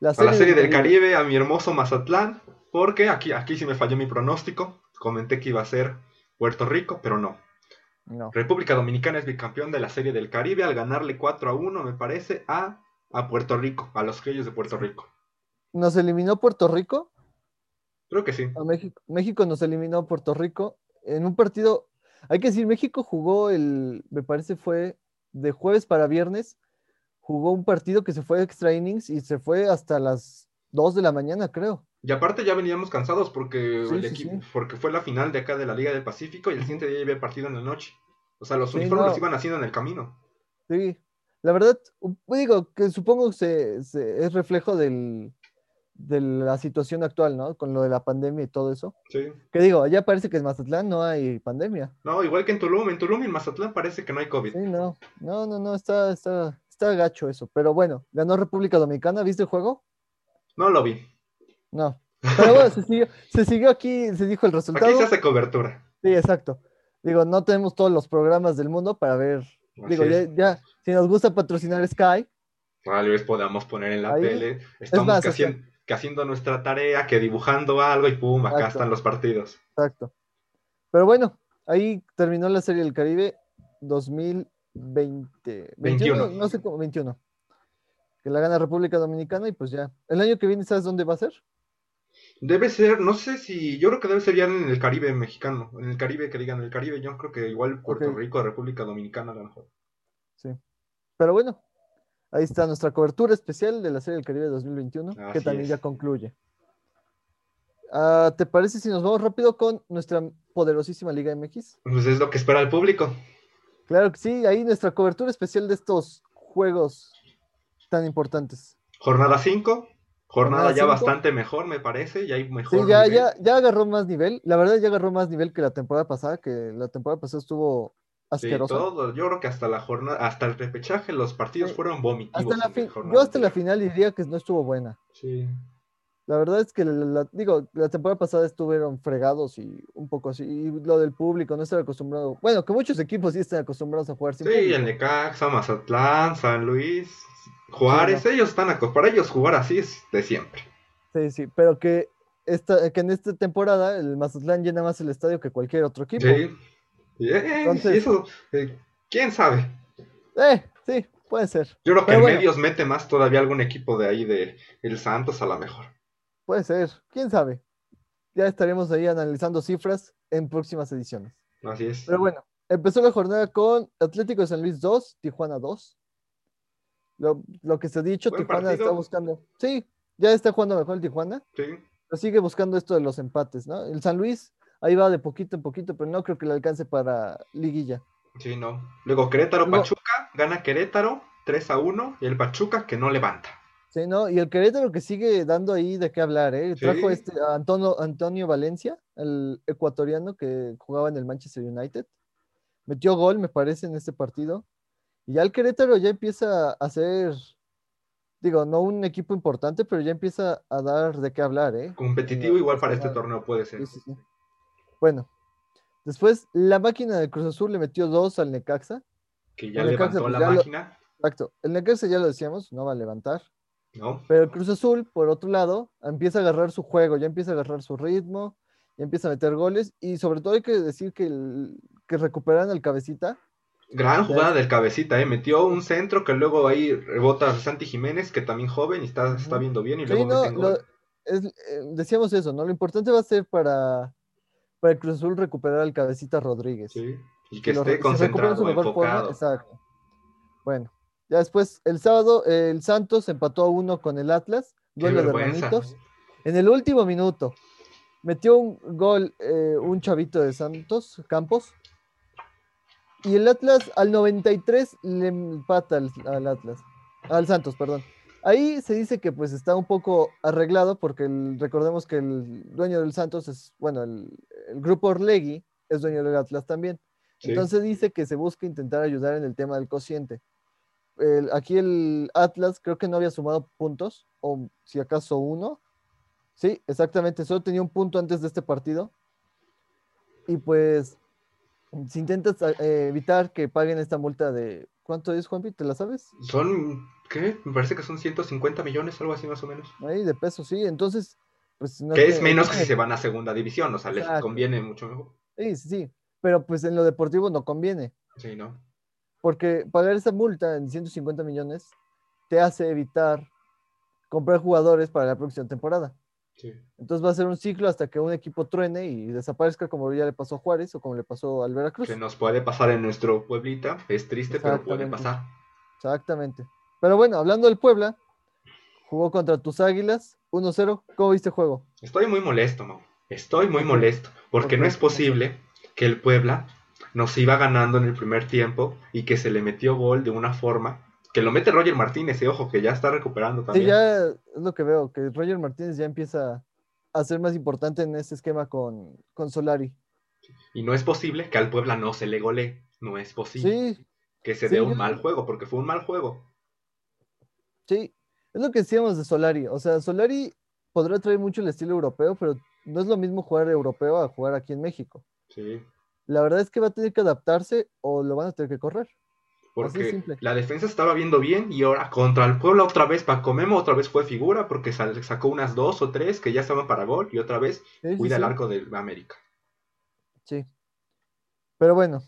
[SPEAKER 2] La
[SPEAKER 1] A la serie del
[SPEAKER 2] Caribe.
[SPEAKER 1] Caribe, a mi hermoso Mazatlán, porque aquí, aquí sí me falló mi pronóstico. Comenté que iba a ser Puerto Rico, pero no.
[SPEAKER 2] No.
[SPEAKER 1] República Dominicana es bicampeón de la Serie del Caribe al ganarle 4 a 1, me parece, a, a Puerto Rico, a los criollos de Puerto Rico.
[SPEAKER 2] Nos eliminó Puerto Rico.
[SPEAKER 1] Creo que sí.
[SPEAKER 2] a México. México nos eliminó a Puerto Rico en un partido. Hay que decir, México jugó el, me parece fue de jueves para viernes, jugó un partido que se fue a extra innings y se fue hasta las 2 de la mañana, creo.
[SPEAKER 1] Y aparte ya veníamos cansados porque,
[SPEAKER 2] Sí,
[SPEAKER 1] el
[SPEAKER 2] sí,
[SPEAKER 1] equipo,
[SPEAKER 2] sí.
[SPEAKER 1] porque fue la final de acá de la Liga del Pacífico y el siguiente día ya había partido en la noche. O sea, los
[SPEAKER 2] Sí,
[SPEAKER 1] uniformes
[SPEAKER 2] no.
[SPEAKER 1] los iban haciendo en el camino.
[SPEAKER 2] Sí, la verdad, u- digo que supongo se, se- es reflejo del, de la situación actual, ¿no? Con lo de la pandemia y todo eso.
[SPEAKER 1] Sí.
[SPEAKER 2] Que digo, allá parece que en Mazatlán no hay pandemia.
[SPEAKER 1] No, igual que en Tulum. En Tulum y en Mazatlán parece que no hay COVID.
[SPEAKER 2] Sí, no, no, no, no, está, está, está gacho eso. Pero bueno, ganó República Dominicana, ¿viste el juego?
[SPEAKER 1] No lo vi.
[SPEAKER 2] No. Pero bueno, se siguió, se siguió aquí, se dijo el resultado.
[SPEAKER 1] Aquí se hace cobertura.
[SPEAKER 2] Sí, exacto. Digo, no tenemos todos los programas del mundo para ver.
[SPEAKER 1] Así
[SPEAKER 2] Digo, ya,
[SPEAKER 1] es.
[SPEAKER 2] ya, si nos gusta patrocinar Sky,
[SPEAKER 1] Tal vez podamos poner en la
[SPEAKER 2] Ahí.
[SPEAKER 1] tele. Estamos
[SPEAKER 2] más,
[SPEAKER 1] que,
[SPEAKER 2] o sea-
[SPEAKER 1] hacien- que haciendo nuestra tarea, que dibujando algo y pum, acá
[SPEAKER 2] Exacto.
[SPEAKER 1] están los partidos.
[SPEAKER 2] Exacto. Pero bueno, ahí terminó la Serie del Caribe 2020. 21,
[SPEAKER 1] 21.
[SPEAKER 2] no sé cómo, 21. Que la gana República Dominicana y pues ya. El año que viene, ¿sabes dónde va a ser?
[SPEAKER 1] Debe ser, no sé si, yo creo que debe ser ya en el Caribe mexicano, en el Caribe que digan el Caribe, yo creo que igual Puerto
[SPEAKER 2] Ok.
[SPEAKER 1] Rico, República Dominicana a lo mejor.
[SPEAKER 2] Pero bueno, ahí está nuestra cobertura especial de la Serie del Caribe 2021, que
[SPEAKER 1] Así
[SPEAKER 2] también
[SPEAKER 1] es.
[SPEAKER 2] ya concluye. Ah, ¿Te parece si nos vamos rápido con nuestra poderosísima Liga MX?
[SPEAKER 1] Pues es lo que espera el público.
[SPEAKER 2] Claro que sí, ahí nuestra cobertura especial de estos juegos tan importantes.
[SPEAKER 1] Jornada 5, jornada,
[SPEAKER 2] Jornada
[SPEAKER 1] ya
[SPEAKER 2] cinco.
[SPEAKER 1] bastante mejor me parece, y hay
[SPEAKER 2] Sí,
[SPEAKER 1] mejor.
[SPEAKER 2] ya,
[SPEAKER 1] nivel.
[SPEAKER 2] ya, ya agarró más nivel. La verdad, ya agarró más nivel que la temporada pasada, que la temporada pasada estuvo
[SPEAKER 1] Sí,
[SPEAKER 2] asqueroso.
[SPEAKER 1] todo, yo creo que hasta la jornada, hasta el repechaje, los partidos
[SPEAKER 2] Sí.
[SPEAKER 1] fueron vomitivos.
[SPEAKER 2] hasta la
[SPEAKER 1] en
[SPEAKER 2] fin-
[SPEAKER 1] jornada
[SPEAKER 2] yo hasta la
[SPEAKER 1] anterior.
[SPEAKER 2] final diría que no estuvo buena.
[SPEAKER 1] Sí.
[SPEAKER 2] La verdad es que, la, la- digo, la temporada pasada estuvieron fregados y un poco así. Y lo del público, no estar acostumbrado. Bueno, que muchos equipos sí están acostumbrados a jugar sin
[SPEAKER 1] Sí,
[SPEAKER 2] público.
[SPEAKER 1] el Necaxa, Mazatlán, San Luis, Juárez,
[SPEAKER 2] Sí,
[SPEAKER 1] ellos están acostumbrados. Para ellos jugar así es de siempre.
[SPEAKER 2] Sí, sí, pero que, esta, que en esta temporada el Mazatlán llena más el estadio que cualquier otro equipo.
[SPEAKER 1] Sí. Y, eh,
[SPEAKER 2] pues. Entonces-
[SPEAKER 1] y eso, eh, quién sabe.
[SPEAKER 2] Eh, sí, puede ser.
[SPEAKER 1] Yo creo que
[SPEAKER 2] Pero
[SPEAKER 1] en
[SPEAKER 2] bueno.
[SPEAKER 1] medios mete más todavía algún equipo de ahí de el Santos a la mejor.
[SPEAKER 2] Puede ser, quién sabe. Ya estaremos ahí analizando cifras en próximas ediciones.
[SPEAKER 1] Así es.
[SPEAKER 2] Pero bueno, empezó la jornada con Atlético de San Luis 2, Tijuana 2. Lo, lo que se ha dicho,
[SPEAKER 1] Buen
[SPEAKER 2] Tijuana
[SPEAKER 1] partido.
[SPEAKER 2] está buscando. Sí, ya está jugando mejor el Tijuana,
[SPEAKER 1] Sí.
[SPEAKER 2] pero sigue buscando esto de los empates, ¿no? El San Luis ahí va de poquito en poquito, pero no creo que le alcance para liguilla.
[SPEAKER 1] Sí, no. Luego Querétaro
[SPEAKER 2] Luego-
[SPEAKER 1] Pachuca, gana Querétaro 3 a 1 y el Pachuca que no levanta.
[SPEAKER 2] Sí, ¿no? Y el Querétaro que sigue dando ahí de qué hablar, ¿eh? Trajo
[SPEAKER 1] Sí.
[SPEAKER 2] este a Antonio, Antonio Valencia, el ecuatoriano que jugaba en el Manchester United. Metió gol, me parece, en este partido. Y ya el Querétaro ya empieza a ser, digo, no un equipo importante, pero ya empieza a dar de qué hablar, ¿eh?
[SPEAKER 1] Competitivo
[SPEAKER 2] Sí,
[SPEAKER 1] igual para este
[SPEAKER 2] sí.
[SPEAKER 1] torneo puede ser.
[SPEAKER 2] Sí, sí, sí. Bueno, después la máquina de Cruz Azul le metió dos al Necaxa.
[SPEAKER 1] Que ya
[SPEAKER 2] El Necaxa,
[SPEAKER 1] levantó
[SPEAKER 2] pues,
[SPEAKER 1] la
[SPEAKER 2] ya lo-
[SPEAKER 1] máquina,
[SPEAKER 2] Exacto. El Necaxa ya lo decíamos, no va a levantar.
[SPEAKER 1] ¿no?
[SPEAKER 2] Pero el Cruz Azul, por otro lado, empieza a agarrar su juego, ya empieza a agarrar su ritmo, ya empieza a meter goles y sobre todo hay que decir que, el- que recuperan al cabecita.
[SPEAKER 1] Gran jugada del cabecita, ¿eh? Metió un centro que luego ahí rebota Santi Jiménez, que también joven y está, está
[SPEAKER 2] Ujú.
[SPEAKER 1] viendo bien y
[SPEAKER 2] Sí,
[SPEAKER 1] luego
[SPEAKER 2] no,
[SPEAKER 1] meten
[SPEAKER 2] lo-
[SPEAKER 1] gol.
[SPEAKER 2] es- eh, decíamos eso, ¿no? Lo importante va a ser para, para el Cruz Azul recuperar al cabecita Rodríguez.
[SPEAKER 1] Sí. Y que
[SPEAKER 2] lo re-
[SPEAKER 1] esté
[SPEAKER 2] si recupera
[SPEAKER 1] concentrado,
[SPEAKER 2] su mejor forma,
[SPEAKER 1] enfocado.
[SPEAKER 2] exacto. Bueno, ya después, el sábado, eh, el Santos empató a uno con el Atlas,
[SPEAKER 1] Qué
[SPEAKER 2] duelo de
[SPEAKER 1] vergüenza.
[SPEAKER 2] hermanitos. En el último minuto, metió un gol eh, un chavito de Santos, Campos. Y el Atlas al 93 le empata al, al Atlas, al Santos, perdón. Ahí se dice que pues está un poco arreglado porque el- recordemos que el dueño del Santos es, bueno, el, el grupo Orlegui es dueño del Atlas también.
[SPEAKER 1] Sí.
[SPEAKER 2] Entonces dice que se busca intentar ayudar en el tema del cociente. El- aquí el Atlas creo que no había sumado puntos, o si acaso uno. Sí, exactamente, solo tenía un punto antes de este partido. Y pues, si intentas eh, evitar que paguen esta multa de... ¿Cuánto es, Juanpi? ¿Te la sabes?
[SPEAKER 1] Son, ¿qué? Me parece que son 150 millones, algo así más o menos.
[SPEAKER 2] Ahí de peso, sí. Entonces, pues... no
[SPEAKER 1] que es
[SPEAKER 2] te-
[SPEAKER 1] menos que si se van a segunda división, o sea, les
[SPEAKER 2] Exacto.
[SPEAKER 1] conviene mucho mejor.
[SPEAKER 2] Sí, sí, sí. Pero pues en lo deportivo no conviene.
[SPEAKER 1] Sí, ¿no?
[SPEAKER 2] Porque pagar esa multa en 150 millones te hace evitar comprar jugadores para la próxima temporada.
[SPEAKER 1] Sí.
[SPEAKER 2] Entonces va a ser un ciclo hasta que un equipo truene y desaparezca como ya le pasó a Juárez o como le pasó al Veracruz.
[SPEAKER 1] Que nos puede pasar en nuestro pueblita. Es triste, pero puede
[SPEAKER 2] Pues
[SPEAKER 1] pasar.
[SPEAKER 2] Exactamente. Exactamente. Pero bueno, hablando del Puebla, jugó contra tus Águilas, 1-0. ¿Cómo viste el juego?
[SPEAKER 1] Estoy muy molesto, Mau. Estoy muy molesto. Porque
[SPEAKER 2] Ok,
[SPEAKER 1] no es
[SPEAKER 2] ok.
[SPEAKER 1] posible que el Puebla nos iba ganando en el primer tiempo y que se le metió gol de una forma. Que lo mete Roger Martínez, y ojo, que ya está recuperando
[SPEAKER 2] Sí,
[SPEAKER 1] también.
[SPEAKER 2] ya es lo que veo, que Roger Martínez ya empieza a ser más importante en este esquema con, con Solari.
[SPEAKER 1] Y no es posible que al Puebla no se le golee. No es
[SPEAKER 2] Sí,
[SPEAKER 1] posible
[SPEAKER 2] sí,
[SPEAKER 1] que se
[SPEAKER 2] sí,
[SPEAKER 1] dé
[SPEAKER 2] yo-
[SPEAKER 1] un mal juego, porque fue un mal juego.
[SPEAKER 2] Es lo que decíamos de Solari. O sea, Solari podrá traer mucho el estilo europeo, pero no es lo mismo jugar europeo a jugar aquí en México.
[SPEAKER 1] Sí.
[SPEAKER 2] La verdad es que va a tener que adaptarse o lo van a tener que correr. Así de
[SPEAKER 1] Porque
[SPEAKER 2] simple.
[SPEAKER 1] la defensa estaba viendo bien y ahora contra el Puebla otra vez Paco Memo otra vez fue figura porque sal- sacó unas dos o tres que ya estaban para gol y otra vez
[SPEAKER 2] Sí, sí,
[SPEAKER 1] cuida el
[SPEAKER 2] sí.
[SPEAKER 1] arco del América.
[SPEAKER 2] Sí. Pero bueno,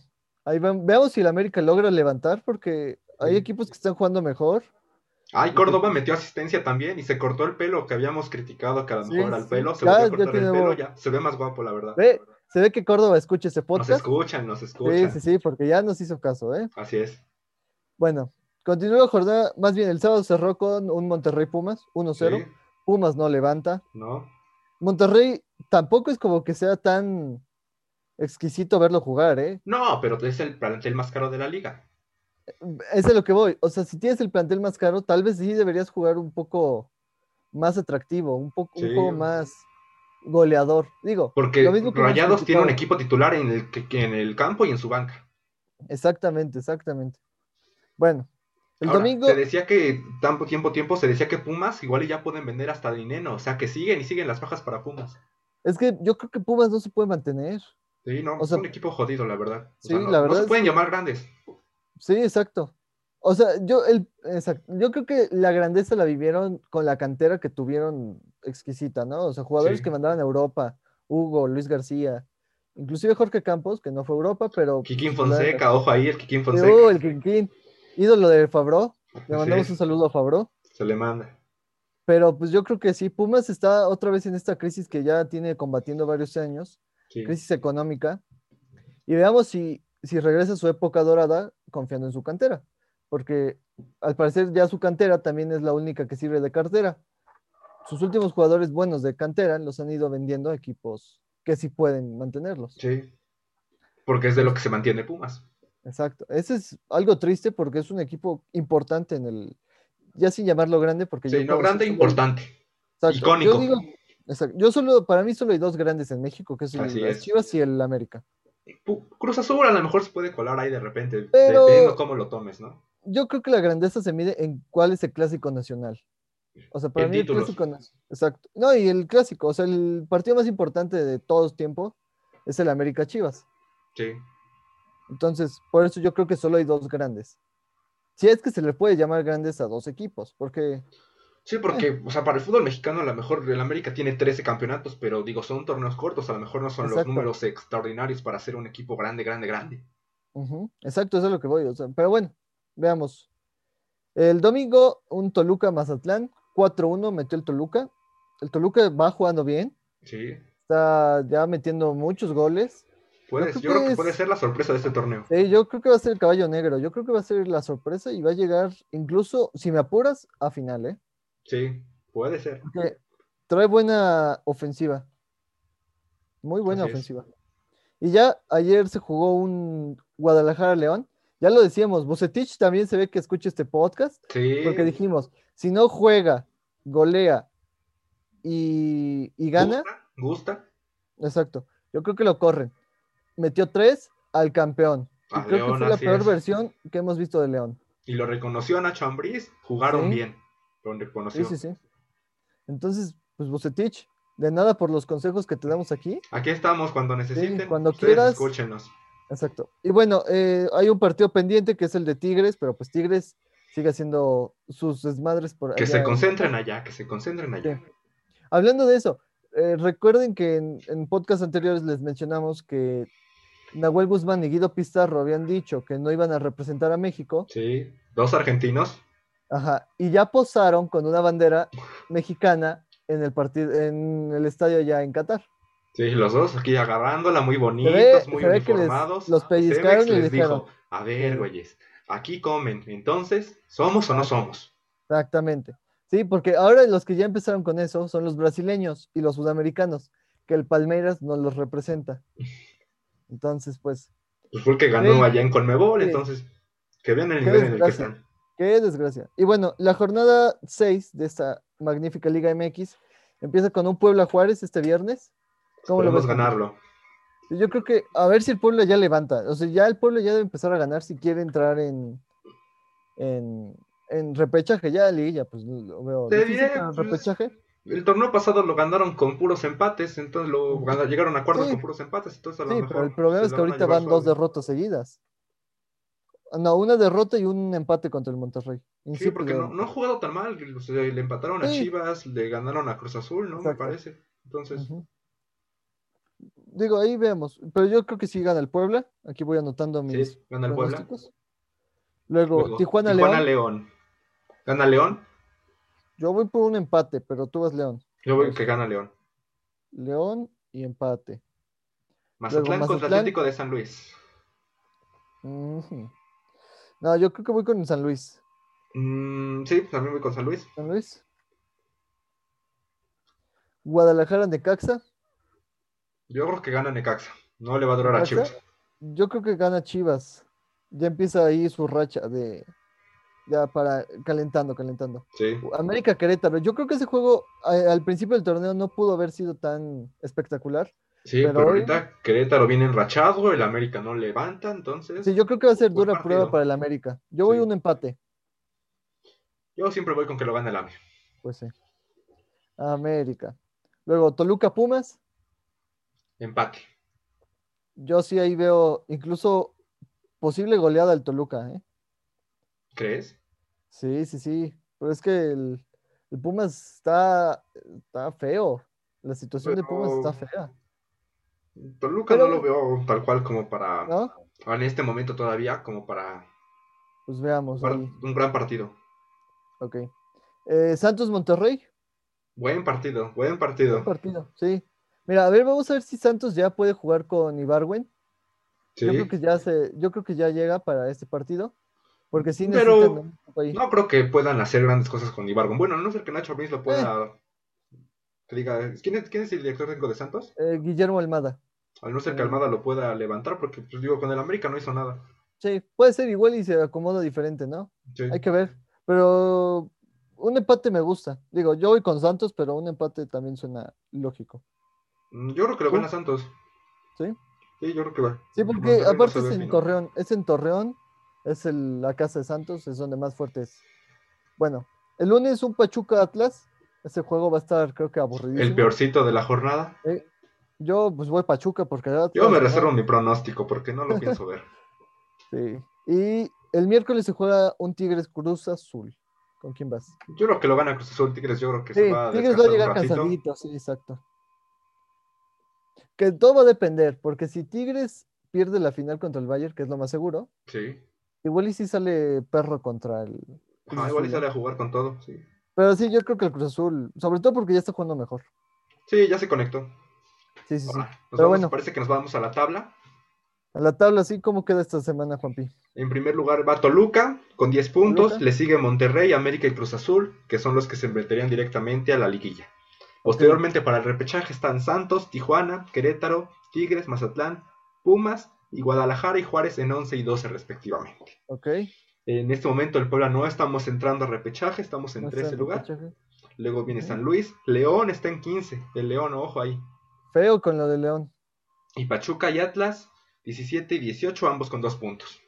[SPEAKER 2] ahí vam- veamos si el América logra levantar, porque hay
[SPEAKER 1] Sí.
[SPEAKER 2] equipos que están jugando mejor.
[SPEAKER 1] Ay, Córdoba metió asistencia también y se cortó el pelo que habíamos criticado que a lo
[SPEAKER 2] Sí,
[SPEAKER 1] mejor era el
[SPEAKER 2] sí.
[SPEAKER 1] pelo, se
[SPEAKER 2] Ya,
[SPEAKER 1] volvió a
[SPEAKER 2] ya
[SPEAKER 1] cortar el
[SPEAKER 2] tiene
[SPEAKER 1] pelo,
[SPEAKER 2] voz.
[SPEAKER 1] ya se ve más guapo la verdad.
[SPEAKER 2] Ve, Se ve que Córdoba escucha ese
[SPEAKER 1] Nos
[SPEAKER 2] podcast.
[SPEAKER 1] escuchan, nos
[SPEAKER 2] Sí,
[SPEAKER 1] escuchan.
[SPEAKER 2] sí, sí, porque ya nos hizo caso, ¿eh?
[SPEAKER 1] Así es.
[SPEAKER 2] Bueno, continúa la jornada, más bien el sábado cerró con un Monterrey Pumas, 1-0.
[SPEAKER 1] Sí,
[SPEAKER 2] Pumas no levanta.
[SPEAKER 1] ¿No?
[SPEAKER 2] Monterrey tampoco es como que sea tan exquisito verlo jugar, ¿eh?
[SPEAKER 1] No, pero es el plantel más caro de la liga.
[SPEAKER 2] Es de lo que voy. O sea, si tienes el plantel más caro, tal vez sí deberías jugar un poco más atractivo, un poco
[SPEAKER 1] Sí.
[SPEAKER 2] un juego más goleador. Digo,
[SPEAKER 1] Porque
[SPEAKER 2] Lo mismo que hemos
[SPEAKER 1] Rayados tiene un equipo
[SPEAKER 2] criticado.
[SPEAKER 1] titular en el, que- que en el campo y en su banca.
[SPEAKER 2] exactamente, exactamente. Bueno, el
[SPEAKER 1] Ahora,
[SPEAKER 2] domingo
[SPEAKER 1] Se decía que tanto tiempo, tiempo, se decía que Pumas igual y ya pueden vender hasta dinero. O sea, que siguen y siguen las bajas para Pumas.
[SPEAKER 2] es que yo creo que Pumas no se puede mantener.
[SPEAKER 1] Sí, no,
[SPEAKER 2] O sea-
[SPEAKER 1] es un equipo jodido, la verdad. O
[SPEAKER 2] Sí,
[SPEAKER 1] sea, no,
[SPEAKER 2] la
[SPEAKER 1] no
[SPEAKER 2] verdad
[SPEAKER 1] se
[SPEAKER 2] es
[SPEAKER 1] pueden llamar grandes.
[SPEAKER 2] Sí, exacto. O sea, yo, el, exacto, yo creo que la grandeza la vivieron con la cantera que tuvieron exquisita, ¿no? O sea, jugadores
[SPEAKER 1] Sí.
[SPEAKER 2] que mandaban a Europa, Hugo, Luis García, inclusive Jorge Campos, que no fue a Europa, pero...
[SPEAKER 1] Kikín
[SPEAKER 2] pues, la-
[SPEAKER 1] Fonseca, ojo ahí, el Kikín
[SPEAKER 2] Sí,
[SPEAKER 1] Fonseca.
[SPEAKER 2] oh, el Quinquín, ídolo de Fabro. Le
[SPEAKER 1] Así
[SPEAKER 2] mandamos
[SPEAKER 1] es,
[SPEAKER 2] un saludo a Fabro.
[SPEAKER 1] Se le manda.
[SPEAKER 2] Pero pues yo creo que sí, Pumas está otra vez en esta crisis que ya tiene combatiendo varios años,
[SPEAKER 1] Sí.
[SPEAKER 2] crisis económica. Y veamos si, si regresa a su época dorada confiando en su cantera. Porque al parecer ya su cantera también es la única que sirve de cartera. Sus últimos jugadores buenos de cantera los han ido vendiendo a equipos que sí pueden mantenerlos.
[SPEAKER 1] Sí. Porque es de lo que se mantiene Pumas.
[SPEAKER 2] Exacto. Ese es algo triste porque es un equipo importante en el. Ya sin llamarlo grande, porque
[SPEAKER 1] Sí,
[SPEAKER 2] yo.
[SPEAKER 1] no,
[SPEAKER 2] como-
[SPEAKER 1] grande, importante.
[SPEAKER 2] Exacto.
[SPEAKER 1] icónico.
[SPEAKER 2] Yo digo. exacto, Yo solo, para mí solo hay dos grandes en México, que son
[SPEAKER 1] Así
[SPEAKER 2] las
[SPEAKER 1] es.
[SPEAKER 2] Chivas y el América.
[SPEAKER 1] Pu- Cruz Azul a lo mejor se puede colar ahí de repente,
[SPEAKER 2] Pero-
[SPEAKER 1] dependiendo cómo lo tomes, ¿no?
[SPEAKER 2] Yo creo que la grandeza se mide en cuál es el clásico nacional. O sea, para
[SPEAKER 1] En
[SPEAKER 2] mí
[SPEAKER 1] títulos.
[SPEAKER 2] el clásico nacional. Exacto. No, y el clásico, o sea, el partido más importante de todos tiempos es el América Chivas.
[SPEAKER 1] Sí.
[SPEAKER 2] Entonces, por eso yo creo que solo hay dos grandes. Si es que se le puede llamar grandes a dos equipos, porque
[SPEAKER 1] Sí, porque, o sea, para el fútbol mexicano a lo mejor el América tiene 13 campeonatos, pero digo, son torneos cortos, a lo mejor no son los
[SPEAKER 2] Exacto.
[SPEAKER 1] números extraordinarios para ser un equipo grande, grande, grande.
[SPEAKER 2] Ujú, Exacto, eso es lo que voy. o sea, pero bueno, veamos. El domingo, un Toluca Mazatlán, 4-1 metió el Toluca. El Toluca va jugando bien,
[SPEAKER 1] Sí,
[SPEAKER 2] está ya metiendo muchos goles.
[SPEAKER 1] puedes,
[SPEAKER 2] creo
[SPEAKER 1] yo creo
[SPEAKER 2] que
[SPEAKER 1] que
[SPEAKER 2] es-
[SPEAKER 1] puede ser la sorpresa de este torneo.
[SPEAKER 2] Eh, yo creo que va a ser el caballo negro, yo creo que va a ser la sorpresa y va a llegar incluso, si me apuras, a final, ¿eh?
[SPEAKER 1] Sí, puede ser.
[SPEAKER 2] Porque trae buena ofensiva. Muy buena
[SPEAKER 1] Así es.
[SPEAKER 2] ofensiva. Y ya ayer se jugó un Guadalajara-León. Ya lo decíamos, Bucetich también se ve que escucha este podcast.
[SPEAKER 1] Sí,
[SPEAKER 2] Porque dijimos, si no juega, golea y, y gana,
[SPEAKER 1] gusta, gusta.
[SPEAKER 2] exacto, yo creo que lo corren. Metió tres al campeón. Y
[SPEAKER 1] A
[SPEAKER 2] creo que
[SPEAKER 1] León,
[SPEAKER 2] fue la
[SPEAKER 1] así
[SPEAKER 2] peor
[SPEAKER 1] es.
[SPEAKER 2] versión que hemos visto de León.
[SPEAKER 1] Y lo reconoció Nacho Ambriz, jugaron
[SPEAKER 2] Sí.
[SPEAKER 1] bien, lo reconoció.
[SPEAKER 2] Sí, sí, sí. Entonces, pues Bucetich, de nada por los consejos que te damos aquí.
[SPEAKER 1] Aquí estamos cuando necesiten,
[SPEAKER 2] cuando
[SPEAKER 1] ustedes
[SPEAKER 2] quieras.
[SPEAKER 1] escúchenos.
[SPEAKER 2] Exacto. Y bueno, eh, hay un partido pendiente que es el de Tigres, pero pues Tigres sigue haciendo sus desmadres por
[SPEAKER 1] Que
[SPEAKER 2] allá
[SPEAKER 1] se
[SPEAKER 2] en-
[SPEAKER 1] concentren allá, que se concentren allá.
[SPEAKER 2] Hablando de eso, eh, recuerden que en, en podcasts anteriores les mencionamos que Nahuel Guzmán y Guido Pizarro habían dicho que no iban a representar a México,
[SPEAKER 1] Sí, dos argentinos,
[SPEAKER 2] ajá, y ya posaron con una bandera mexicana en el partido, en el estadio ya en Qatar.
[SPEAKER 1] Sí, los dos aquí agarrándola, muy bonitos,
[SPEAKER 2] ve-
[SPEAKER 1] muy
[SPEAKER 2] se ve que les-
[SPEAKER 1] uniformados.
[SPEAKER 2] los
[SPEAKER 1] Cemex
[SPEAKER 2] pellizcaron y
[SPEAKER 1] les
[SPEAKER 2] dijeron.
[SPEAKER 1] dijo, a ver,
[SPEAKER 2] Sí.
[SPEAKER 1] güeyes, aquí comen, entonces, ¿somos o no somos?
[SPEAKER 2] Exactamente. Sí, porque ahora los que ya empezaron con eso son los brasileños y los sudamericanos, que el Palmeiras no los representa. Entonces, pues,
[SPEAKER 1] Pues fue el que ganó
[SPEAKER 2] Sí.
[SPEAKER 1] allá en Conmebol,
[SPEAKER 2] Sí.
[SPEAKER 1] entonces que vean el
[SPEAKER 2] Qué
[SPEAKER 1] nivel en el que
[SPEAKER 2] desgracia.
[SPEAKER 1] están.
[SPEAKER 2] Qué desgracia. Y bueno, la jornada 6 de esta magnífica Liga MX empieza con un Puebla Juárez este viernes. ¿Cómo lo
[SPEAKER 1] Podemos
[SPEAKER 2] ves?
[SPEAKER 1] ganarlo.
[SPEAKER 2] Yo creo que a ver si el Puebla ya levanta. O sea, ya el Puebla ya debe empezar a ganar si quiere entrar en en, en repechaje. Ya la liguilla, pues lo veo.
[SPEAKER 1] Te
[SPEAKER 2] difícil,
[SPEAKER 1] diré,
[SPEAKER 2] pero en
[SPEAKER 1] pues,
[SPEAKER 2] repechaje.
[SPEAKER 1] El torneo pasado lo ganaron con puros empates, entonces lo gana- llegaron a cuartos
[SPEAKER 2] Sí.
[SPEAKER 1] con puros empates, entonces a lo
[SPEAKER 2] Sí,
[SPEAKER 1] mejor
[SPEAKER 2] pero el problema
[SPEAKER 1] se
[SPEAKER 2] es
[SPEAKER 1] la
[SPEAKER 2] que
[SPEAKER 1] a
[SPEAKER 2] ahorita
[SPEAKER 1] llevar
[SPEAKER 2] van dos
[SPEAKER 1] suave.
[SPEAKER 2] derrotas seguidas. No, una derrota y un empate contra el Monterrey.
[SPEAKER 1] Sí, porque
[SPEAKER 2] Insípido.
[SPEAKER 1] no, no han jugado tan mal, o sea, le empataron a
[SPEAKER 2] Sí.
[SPEAKER 1] Chivas, le ganaron a Cruz Azul, ¿no?
[SPEAKER 2] Exacto.
[SPEAKER 1] Me parece. Entonces,
[SPEAKER 2] Ujú. Digo, ahí vemos. Pero yo creo que sí gana el Puebla. Aquí voy anotando mis
[SPEAKER 1] sí, gana el Puebla.
[SPEAKER 2] pronósticos. Luego,
[SPEAKER 1] Luego,
[SPEAKER 2] Tijuana, León.
[SPEAKER 1] León. Gana León,
[SPEAKER 2] Yo voy por un empate, pero tú vas León.
[SPEAKER 1] yo veo que gana León.
[SPEAKER 2] León y empate.
[SPEAKER 1] Mazatlán, contra
[SPEAKER 2] Mazatlán.
[SPEAKER 1] Atlético de San Luis.
[SPEAKER 2] Ujú. No, yo creo que voy con el San Luis.
[SPEAKER 1] Mm, sí, también voy con San Luis.
[SPEAKER 2] San Luis. Guadalajara, Necaxa.
[SPEAKER 1] Yo creo que gana Necaxa. No le va a durar a
[SPEAKER 2] ¿Necaxa?
[SPEAKER 1] Chivas.
[SPEAKER 2] Yo creo que gana Chivas. Ya empieza ahí su racha de. Ya para. Calentando, calentando.
[SPEAKER 1] Sí.
[SPEAKER 2] América Querétalo. Yo creo que ese juego a- al principio del torneo no pudo haber sido tan espectacular.
[SPEAKER 1] Sí,
[SPEAKER 2] Pero
[SPEAKER 1] pero,
[SPEAKER 2] hoy-
[SPEAKER 1] ahorita Querétaro viene enrachado, el América no levanta, entonces
[SPEAKER 2] Sí, yo creo que va a ser
[SPEAKER 1] Buen
[SPEAKER 2] dura
[SPEAKER 1] partido.
[SPEAKER 2] prueba para el América. Yo voy
[SPEAKER 1] Sí.
[SPEAKER 2] a un empate.
[SPEAKER 1] yo siempre voy con que lo gane el AME.
[SPEAKER 2] Pues sí. América. Luego Toluca Pumas.
[SPEAKER 1] Empate.
[SPEAKER 2] Yo sí ahí veo incluso posible goleada al Toluca. ¿eh?
[SPEAKER 1] ¿Crees?
[SPEAKER 2] Sí, sí, sí. Pero es que el, el Pumas está, está feo. La situación de Pumas está
[SPEAKER 1] Pero-
[SPEAKER 2] fea,
[SPEAKER 1] Toluca
[SPEAKER 2] Pero-
[SPEAKER 1] no lo veo tal cual como para,
[SPEAKER 2] ¿no?
[SPEAKER 1] en este momento todavía, como para,
[SPEAKER 2] Pues veamos.
[SPEAKER 1] para
[SPEAKER 2] ahí.
[SPEAKER 1] un gran partido.
[SPEAKER 2] Ok. Eh, Santos Monterrey.
[SPEAKER 1] Buen partido, buen
[SPEAKER 2] Buen
[SPEAKER 1] partido.
[SPEAKER 2] partido, sí. Mira, a ver, vamos a ver si Santos ya puede jugar con Ibarwen. Yo
[SPEAKER 1] Sí.
[SPEAKER 2] creo que ya se, yo creo que ya llega para este partido. Porque sí
[SPEAKER 1] Pero-
[SPEAKER 2] necesitan un poco ahí.
[SPEAKER 1] No creo que puedan hacer grandes cosas con Ibargon. Bueno, a no ser que Nacho Ruiz lo pueda. Que diga, ¿quién es, quién es el director técnico de Santos?
[SPEAKER 2] Eh, Guillermo Almada.
[SPEAKER 1] Al no ser que
[SPEAKER 2] Eh.
[SPEAKER 1] Almada lo pueda levantar, porque pues, digo, con el América no hizo nada.
[SPEAKER 2] Sí, puede ser igual y se acomoda diferente, ¿no?
[SPEAKER 1] Sí.
[SPEAKER 2] Hay que ver. Pero un empate me gusta. Digo, yo voy con Santos, pero un empate también suena lógico.
[SPEAKER 1] Mm, Yo creo que lo
[SPEAKER 2] ¿Tú?
[SPEAKER 1] gana Santos.
[SPEAKER 2] ¿Sí?
[SPEAKER 1] Sí, yo creo que va.
[SPEAKER 2] Sí, porque
[SPEAKER 1] Monterrey no
[SPEAKER 2] aparte
[SPEAKER 1] se ve
[SPEAKER 2] es en
[SPEAKER 1] fino.
[SPEAKER 2] Torreón, es en Torreón, es el- la casa de Santos, es donde más fuerte es. Bueno, el lunes un Pachuca Atlas, ese juego va a estar creo que aburridísimo.
[SPEAKER 1] El peorcito de la jornada.
[SPEAKER 2] Yo pues voy Pachuca porque Atlas,
[SPEAKER 1] Yo me
[SPEAKER 2] ¿no?
[SPEAKER 1] reservo mi pronóstico porque no lo pienso ver.
[SPEAKER 2] Sí. Y el miércoles se juega un Tigres Cruz Azul. ¿Con quién vas?
[SPEAKER 1] Yo creo que lo gana Cruz Azul Tigres. Yo creo que se
[SPEAKER 2] Sí,
[SPEAKER 1] va a
[SPEAKER 2] Tigres va
[SPEAKER 1] descansar
[SPEAKER 2] a
[SPEAKER 1] un
[SPEAKER 2] llegar
[SPEAKER 1] ratito.
[SPEAKER 2] cansadito, sí, exacto. Que todo va a depender, porque si Tigres pierde la final contra el Bayern, que es lo más seguro,
[SPEAKER 1] Sí.
[SPEAKER 2] igual y si sale perro contra el. Cruz
[SPEAKER 1] Ajá, igual y
[SPEAKER 2] Azul,
[SPEAKER 1] sale a jugar con todo. Sí.
[SPEAKER 2] Pero sí, yo creo que el Cruz Azul, sobre todo porque ya está jugando mejor.
[SPEAKER 1] Sí, ya se conectó.
[SPEAKER 2] Sí, sí, sí.
[SPEAKER 1] Ahora, nos
[SPEAKER 2] Pero
[SPEAKER 1] vamos-
[SPEAKER 2] bueno.
[SPEAKER 1] Parece que nos vamos a la tabla.
[SPEAKER 2] A la tabla, sí, ¿cómo queda esta semana, Juanpi?
[SPEAKER 1] En primer lugar va Toluca con 10 puntos,
[SPEAKER 2] Toluca.
[SPEAKER 1] le sigue Monterrey, América y Cruz Azul, que son los que se meterían directamente a la liguilla. Posteriormente para el repechaje están Santos, Tijuana, Querétaro, Tigres, Mazatlán, Pumas y Guadalajara y Juárez en 11 y 12 respectivamente.
[SPEAKER 2] Ok.
[SPEAKER 1] En este momento el Puebla no estamos entrando a repechaje, estamos en
[SPEAKER 2] no está
[SPEAKER 1] 13 lugar.
[SPEAKER 2] repechaje.
[SPEAKER 1] Luego viene
[SPEAKER 2] Ujú.
[SPEAKER 1] San Luis, León está en 15, el León, ojo ahí.
[SPEAKER 2] Feo con lo de León.
[SPEAKER 1] Y Pachuca y Atlas, 17 y 18, ambos con 2 puntos.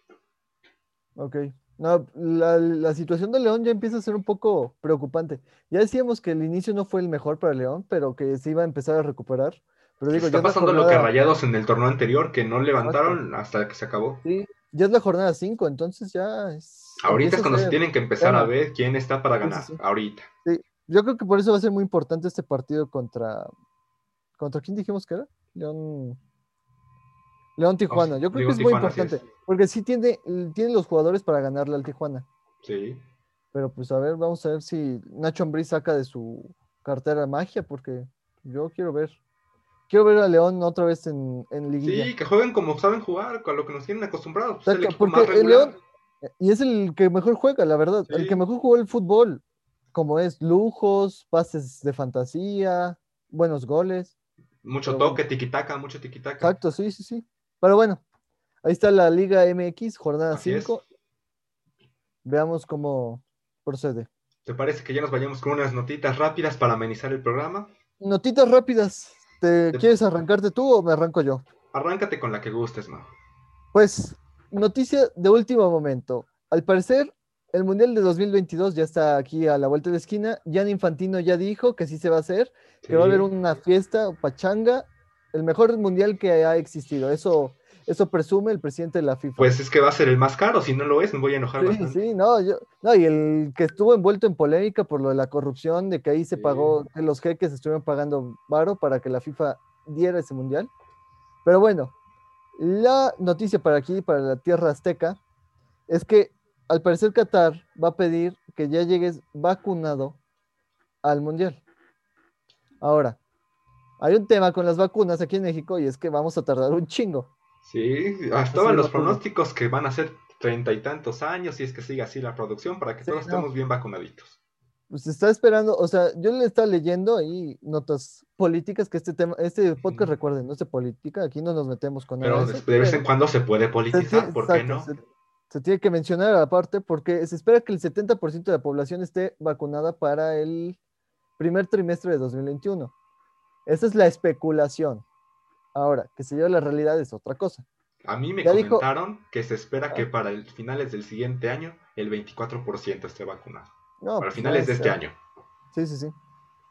[SPEAKER 2] Ok. No, la, la situación de León ya empieza a ser un poco preocupante. Ya decíamos que el inicio no fue el mejor para León, pero que se iba a empezar a recuperar. Pero digo, ya
[SPEAKER 1] está
[SPEAKER 2] es la
[SPEAKER 1] pasando lo que a
[SPEAKER 2] jornada-
[SPEAKER 1] Rayados en el torneo anterior, que no levantaron hasta que se acabó.
[SPEAKER 2] Sí, ya es la jornada 5, entonces ya es.
[SPEAKER 1] Ahorita
[SPEAKER 2] empieza
[SPEAKER 1] es
[SPEAKER 2] a
[SPEAKER 1] cuando se
[SPEAKER 2] ser-
[SPEAKER 1] tienen que empezar
[SPEAKER 2] tema.
[SPEAKER 1] a ver quién está para
[SPEAKER 2] Sí, sí,
[SPEAKER 1] ganar.
[SPEAKER 2] sí.
[SPEAKER 1] Ahorita.
[SPEAKER 2] Yo creo que por eso va a ser muy importante este partido contra. ¿Contra quién dijimos que era? León. León Tijuana. Yo creo
[SPEAKER 1] Digo,
[SPEAKER 2] que es muy
[SPEAKER 1] Tijuana, así
[SPEAKER 2] importante. Porque sí tiene, tiene los jugadores para ganarle al Tijuana.
[SPEAKER 1] Sí.
[SPEAKER 2] Pero pues a ver, vamos a ver si Nacho Ambriz saca de su cartera magia, porque yo quiero ver. Quiero ver a León otra vez en, en Liguilla.
[SPEAKER 1] Sí, que jueguen como saben jugar, con lo que nos tienen acostumbrados. Pues,
[SPEAKER 2] Exacto,
[SPEAKER 1] el equipo
[SPEAKER 2] porque
[SPEAKER 1] más
[SPEAKER 2] el
[SPEAKER 1] regular.
[SPEAKER 2] León- Y es el que mejor juega, la verdad. El
[SPEAKER 1] Sí.
[SPEAKER 2] que mejor jugó el fútbol. como es lujos, pases de fantasía, buenos goles.
[SPEAKER 1] Mucho
[SPEAKER 2] Pero
[SPEAKER 1] toque, tiquitaca, mucho tiquitaca.
[SPEAKER 2] Exacto, sí, sí, sí. Pero bueno, ahí está la Liga MX, jornada
[SPEAKER 1] Así es.
[SPEAKER 2] 5. Veamos cómo procede.
[SPEAKER 1] ¿Te parece que ya nos vayamos con unas notitas rápidas para amenizar el programa?
[SPEAKER 2] Notitas rápidas. ¿Te
[SPEAKER 1] Te-
[SPEAKER 2] quieres arrancarte tú o me arranco yo?
[SPEAKER 1] Arráncate con la que gustes, Mau.
[SPEAKER 2] Pues, noticia de último momento. Al parecer, el Mundial de 2022 ya está aquí a la vuelta de la esquina. Jan Infantino ya dijo que sí se va a hacer, que va a
[SPEAKER 1] Sí.
[SPEAKER 2] haber una fiesta, o pachanga, el mejor mundial que ha existido. Eso, eso presume el presidente de la FIFA.
[SPEAKER 1] Pues es que va a ser el más caro, si no lo es, me voy a enojar
[SPEAKER 2] Sí,
[SPEAKER 1] bastante.
[SPEAKER 2] sí, no, yo, no, y el que estuvo envuelto en polémica por lo de la corrupción, de que ahí se
[SPEAKER 1] Sí.
[SPEAKER 2] pagó, que los jeques estuvieron pagando varo para que la FIFA diera ese mundial. Pero bueno, la noticia para aquí, para la tierra azteca, es que al parecer Qatar va a pedir que ya llegues vacunado al mundial. Ahora, hay un tema con las vacunas aquí en México y es que vamos a tardar un chingo.
[SPEAKER 1] Sí, ah,
[SPEAKER 2] Así
[SPEAKER 1] estaban los
[SPEAKER 2] lo pongo.
[SPEAKER 1] pronósticos que van a ser treinta y tantos años, si es que sigue así la producción, para que
[SPEAKER 2] Sí,
[SPEAKER 1] todos
[SPEAKER 2] no.
[SPEAKER 1] estemos bien vacunaditos.
[SPEAKER 2] Pues está esperando, o sea, yo le estaba leyendo ahí notas políticas que este tema, este podcast,
[SPEAKER 1] Ujú.
[SPEAKER 2] recuerden, no es de política, aquí no nos metemos con
[SPEAKER 1] Pero
[SPEAKER 2] nada.
[SPEAKER 1] de,
[SPEAKER 2] eso,
[SPEAKER 1] de vez en
[SPEAKER 2] pero
[SPEAKER 1] cuando se puede
[SPEAKER 2] se
[SPEAKER 1] politizar,
[SPEAKER 2] tie-
[SPEAKER 1] ¿por qué
[SPEAKER 2] exacto,
[SPEAKER 1] no?
[SPEAKER 2] Se, se tiene que mencionar aparte porque se espera que el 70% de la población esté vacunada para el primer trimestre de 2021. Esa es la especulación. Ahora, que se lleve la realidad es otra cosa.
[SPEAKER 1] A mí me
[SPEAKER 2] Ya dijo-
[SPEAKER 1] comentaron que se espera que
[SPEAKER 2] Ah.
[SPEAKER 1] para el finales del siguiente año el 24% esté vacunado.
[SPEAKER 2] No,
[SPEAKER 1] Para
[SPEAKER 2] pues,
[SPEAKER 1] finales de
[SPEAKER 2] no, o
[SPEAKER 1] este
[SPEAKER 2] sea,
[SPEAKER 1] año.
[SPEAKER 2] Sí, sí, sí.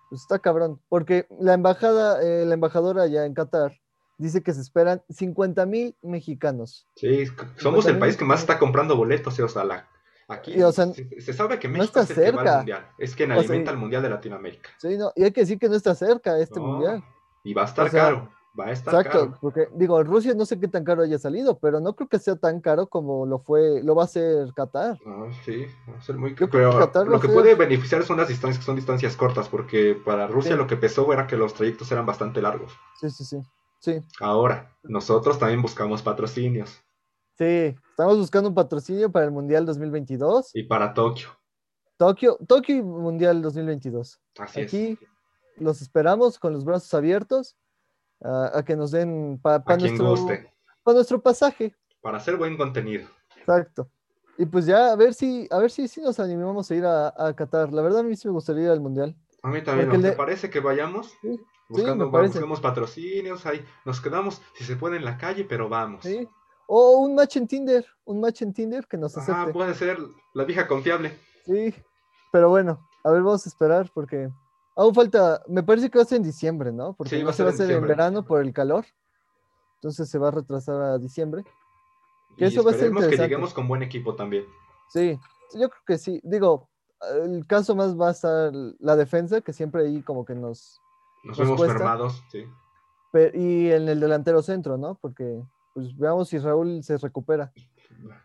[SPEAKER 2] Pues está cabrón. Porque la embajada, eh, la embajadora allá en Qatar dice que se esperan 50 mil mexicanos.
[SPEAKER 1] Sí, c- somos el
[SPEAKER 2] Pues también-
[SPEAKER 1] país que más está comprando boletos, eh, o sea, la- aquí
[SPEAKER 2] Y, o sea,
[SPEAKER 1] se, se sabe que
[SPEAKER 2] no
[SPEAKER 1] México
[SPEAKER 2] está
[SPEAKER 1] es el que va al
[SPEAKER 2] cerca.
[SPEAKER 1] mundial, es quien
[SPEAKER 2] O sea,
[SPEAKER 1] alimenta
[SPEAKER 2] y-
[SPEAKER 1] al mundial de Latinoamérica.
[SPEAKER 2] Sí, no, y hay que decir que no está cerca este
[SPEAKER 1] No,
[SPEAKER 2] mundial.
[SPEAKER 1] Y va a estar
[SPEAKER 2] O sea,
[SPEAKER 1] caro, va a estar
[SPEAKER 2] Exacto,
[SPEAKER 1] caro.
[SPEAKER 2] porque digo, Rusia no sé qué tan caro haya salido, pero no creo que sea tan caro como lo fue, lo va a ser Qatar.
[SPEAKER 1] Ah, sí, va a ser muy
[SPEAKER 2] Yo creo
[SPEAKER 1] pero
[SPEAKER 2] que Qatar va
[SPEAKER 1] lo
[SPEAKER 2] a
[SPEAKER 1] que
[SPEAKER 2] ser-
[SPEAKER 1] puede beneficiar son las distancias, que son distancias cortas, porque para Rusia
[SPEAKER 2] Sí.
[SPEAKER 1] lo que pesó era que los trayectos eran bastante largos.
[SPEAKER 2] Sí, sí, sí. Sí,
[SPEAKER 1] Ahora, nosotros también buscamos patrocinios
[SPEAKER 2] sí. Estamos buscando un patrocinio para el Mundial 2022.
[SPEAKER 1] y para Tokio,
[SPEAKER 2] Tokio, Tokio y Mundial 2022.
[SPEAKER 1] así
[SPEAKER 2] Aquí
[SPEAKER 1] es.
[SPEAKER 2] los esperamos con los brazos abiertos ah, a, a que nos den para
[SPEAKER 1] A quien
[SPEAKER 2] nuestro,
[SPEAKER 1] guste,
[SPEAKER 2] pa' nuestro pasaje.
[SPEAKER 1] para hacer buen contenido.
[SPEAKER 2] Exacto. Y pues ya a ver si, a ver si, si nos animamos a ir a, a Qatar. La verdad a mí sí me gustaría ir al Mundial.
[SPEAKER 1] A mí también,
[SPEAKER 2] Porque
[SPEAKER 1] ¿no?
[SPEAKER 2] le-
[SPEAKER 1] ¿te parece que vayamos?
[SPEAKER 2] Sí, sí,
[SPEAKER 1] Buscando,
[SPEAKER 2] me parece.
[SPEAKER 1] buscamos patrocinios, ahí nos quedamos, si se puede, en la calle, pero vamos.
[SPEAKER 2] ¿sí? O un match en Tinder, un match en Tinder que nos
[SPEAKER 1] Ajá, pues.
[SPEAKER 2] acepte.
[SPEAKER 1] puede ser la vieja confiable.
[SPEAKER 2] Sí. Pero bueno, a ver, vamos a esperar porque aún falta, me parece que va a ser en diciembre, ¿no? Porque
[SPEAKER 1] Sí,
[SPEAKER 2] no
[SPEAKER 1] va a
[SPEAKER 2] se
[SPEAKER 1] ser
[SPEAKER 2] va a
[SPEAKER 1] en
[SPEAKER 2] hacer en
[SPEAKER 1] diciembre.
[SPEAKER 2] verano por el calor. Entonces se va a retrasar a diciembre.
[SPEAKER 1] Y
[SPEAKER 2] Que eso va a ser
[SPEAKER 1] esperemos que
[SPEAKER 2] interesante.
[SPEAKER 1] lleguemos con buen equipo también.
[SPEAKER 2] Sí, yo creo que sí. Digo, el caso más va a estar la defensa, que siempre ahí como que nos...
[SPEAKER 1] Nos
[SPEAKER 2] Nos
[SPEAKER 1] vemos
[SPEAKER 2] cuesta.
[SPEAKER 1] mermados, sí.
[SPEAKER 2] pe- Y en el delantero centro, ¿no? Porque pues veamos si Raúl se recupera.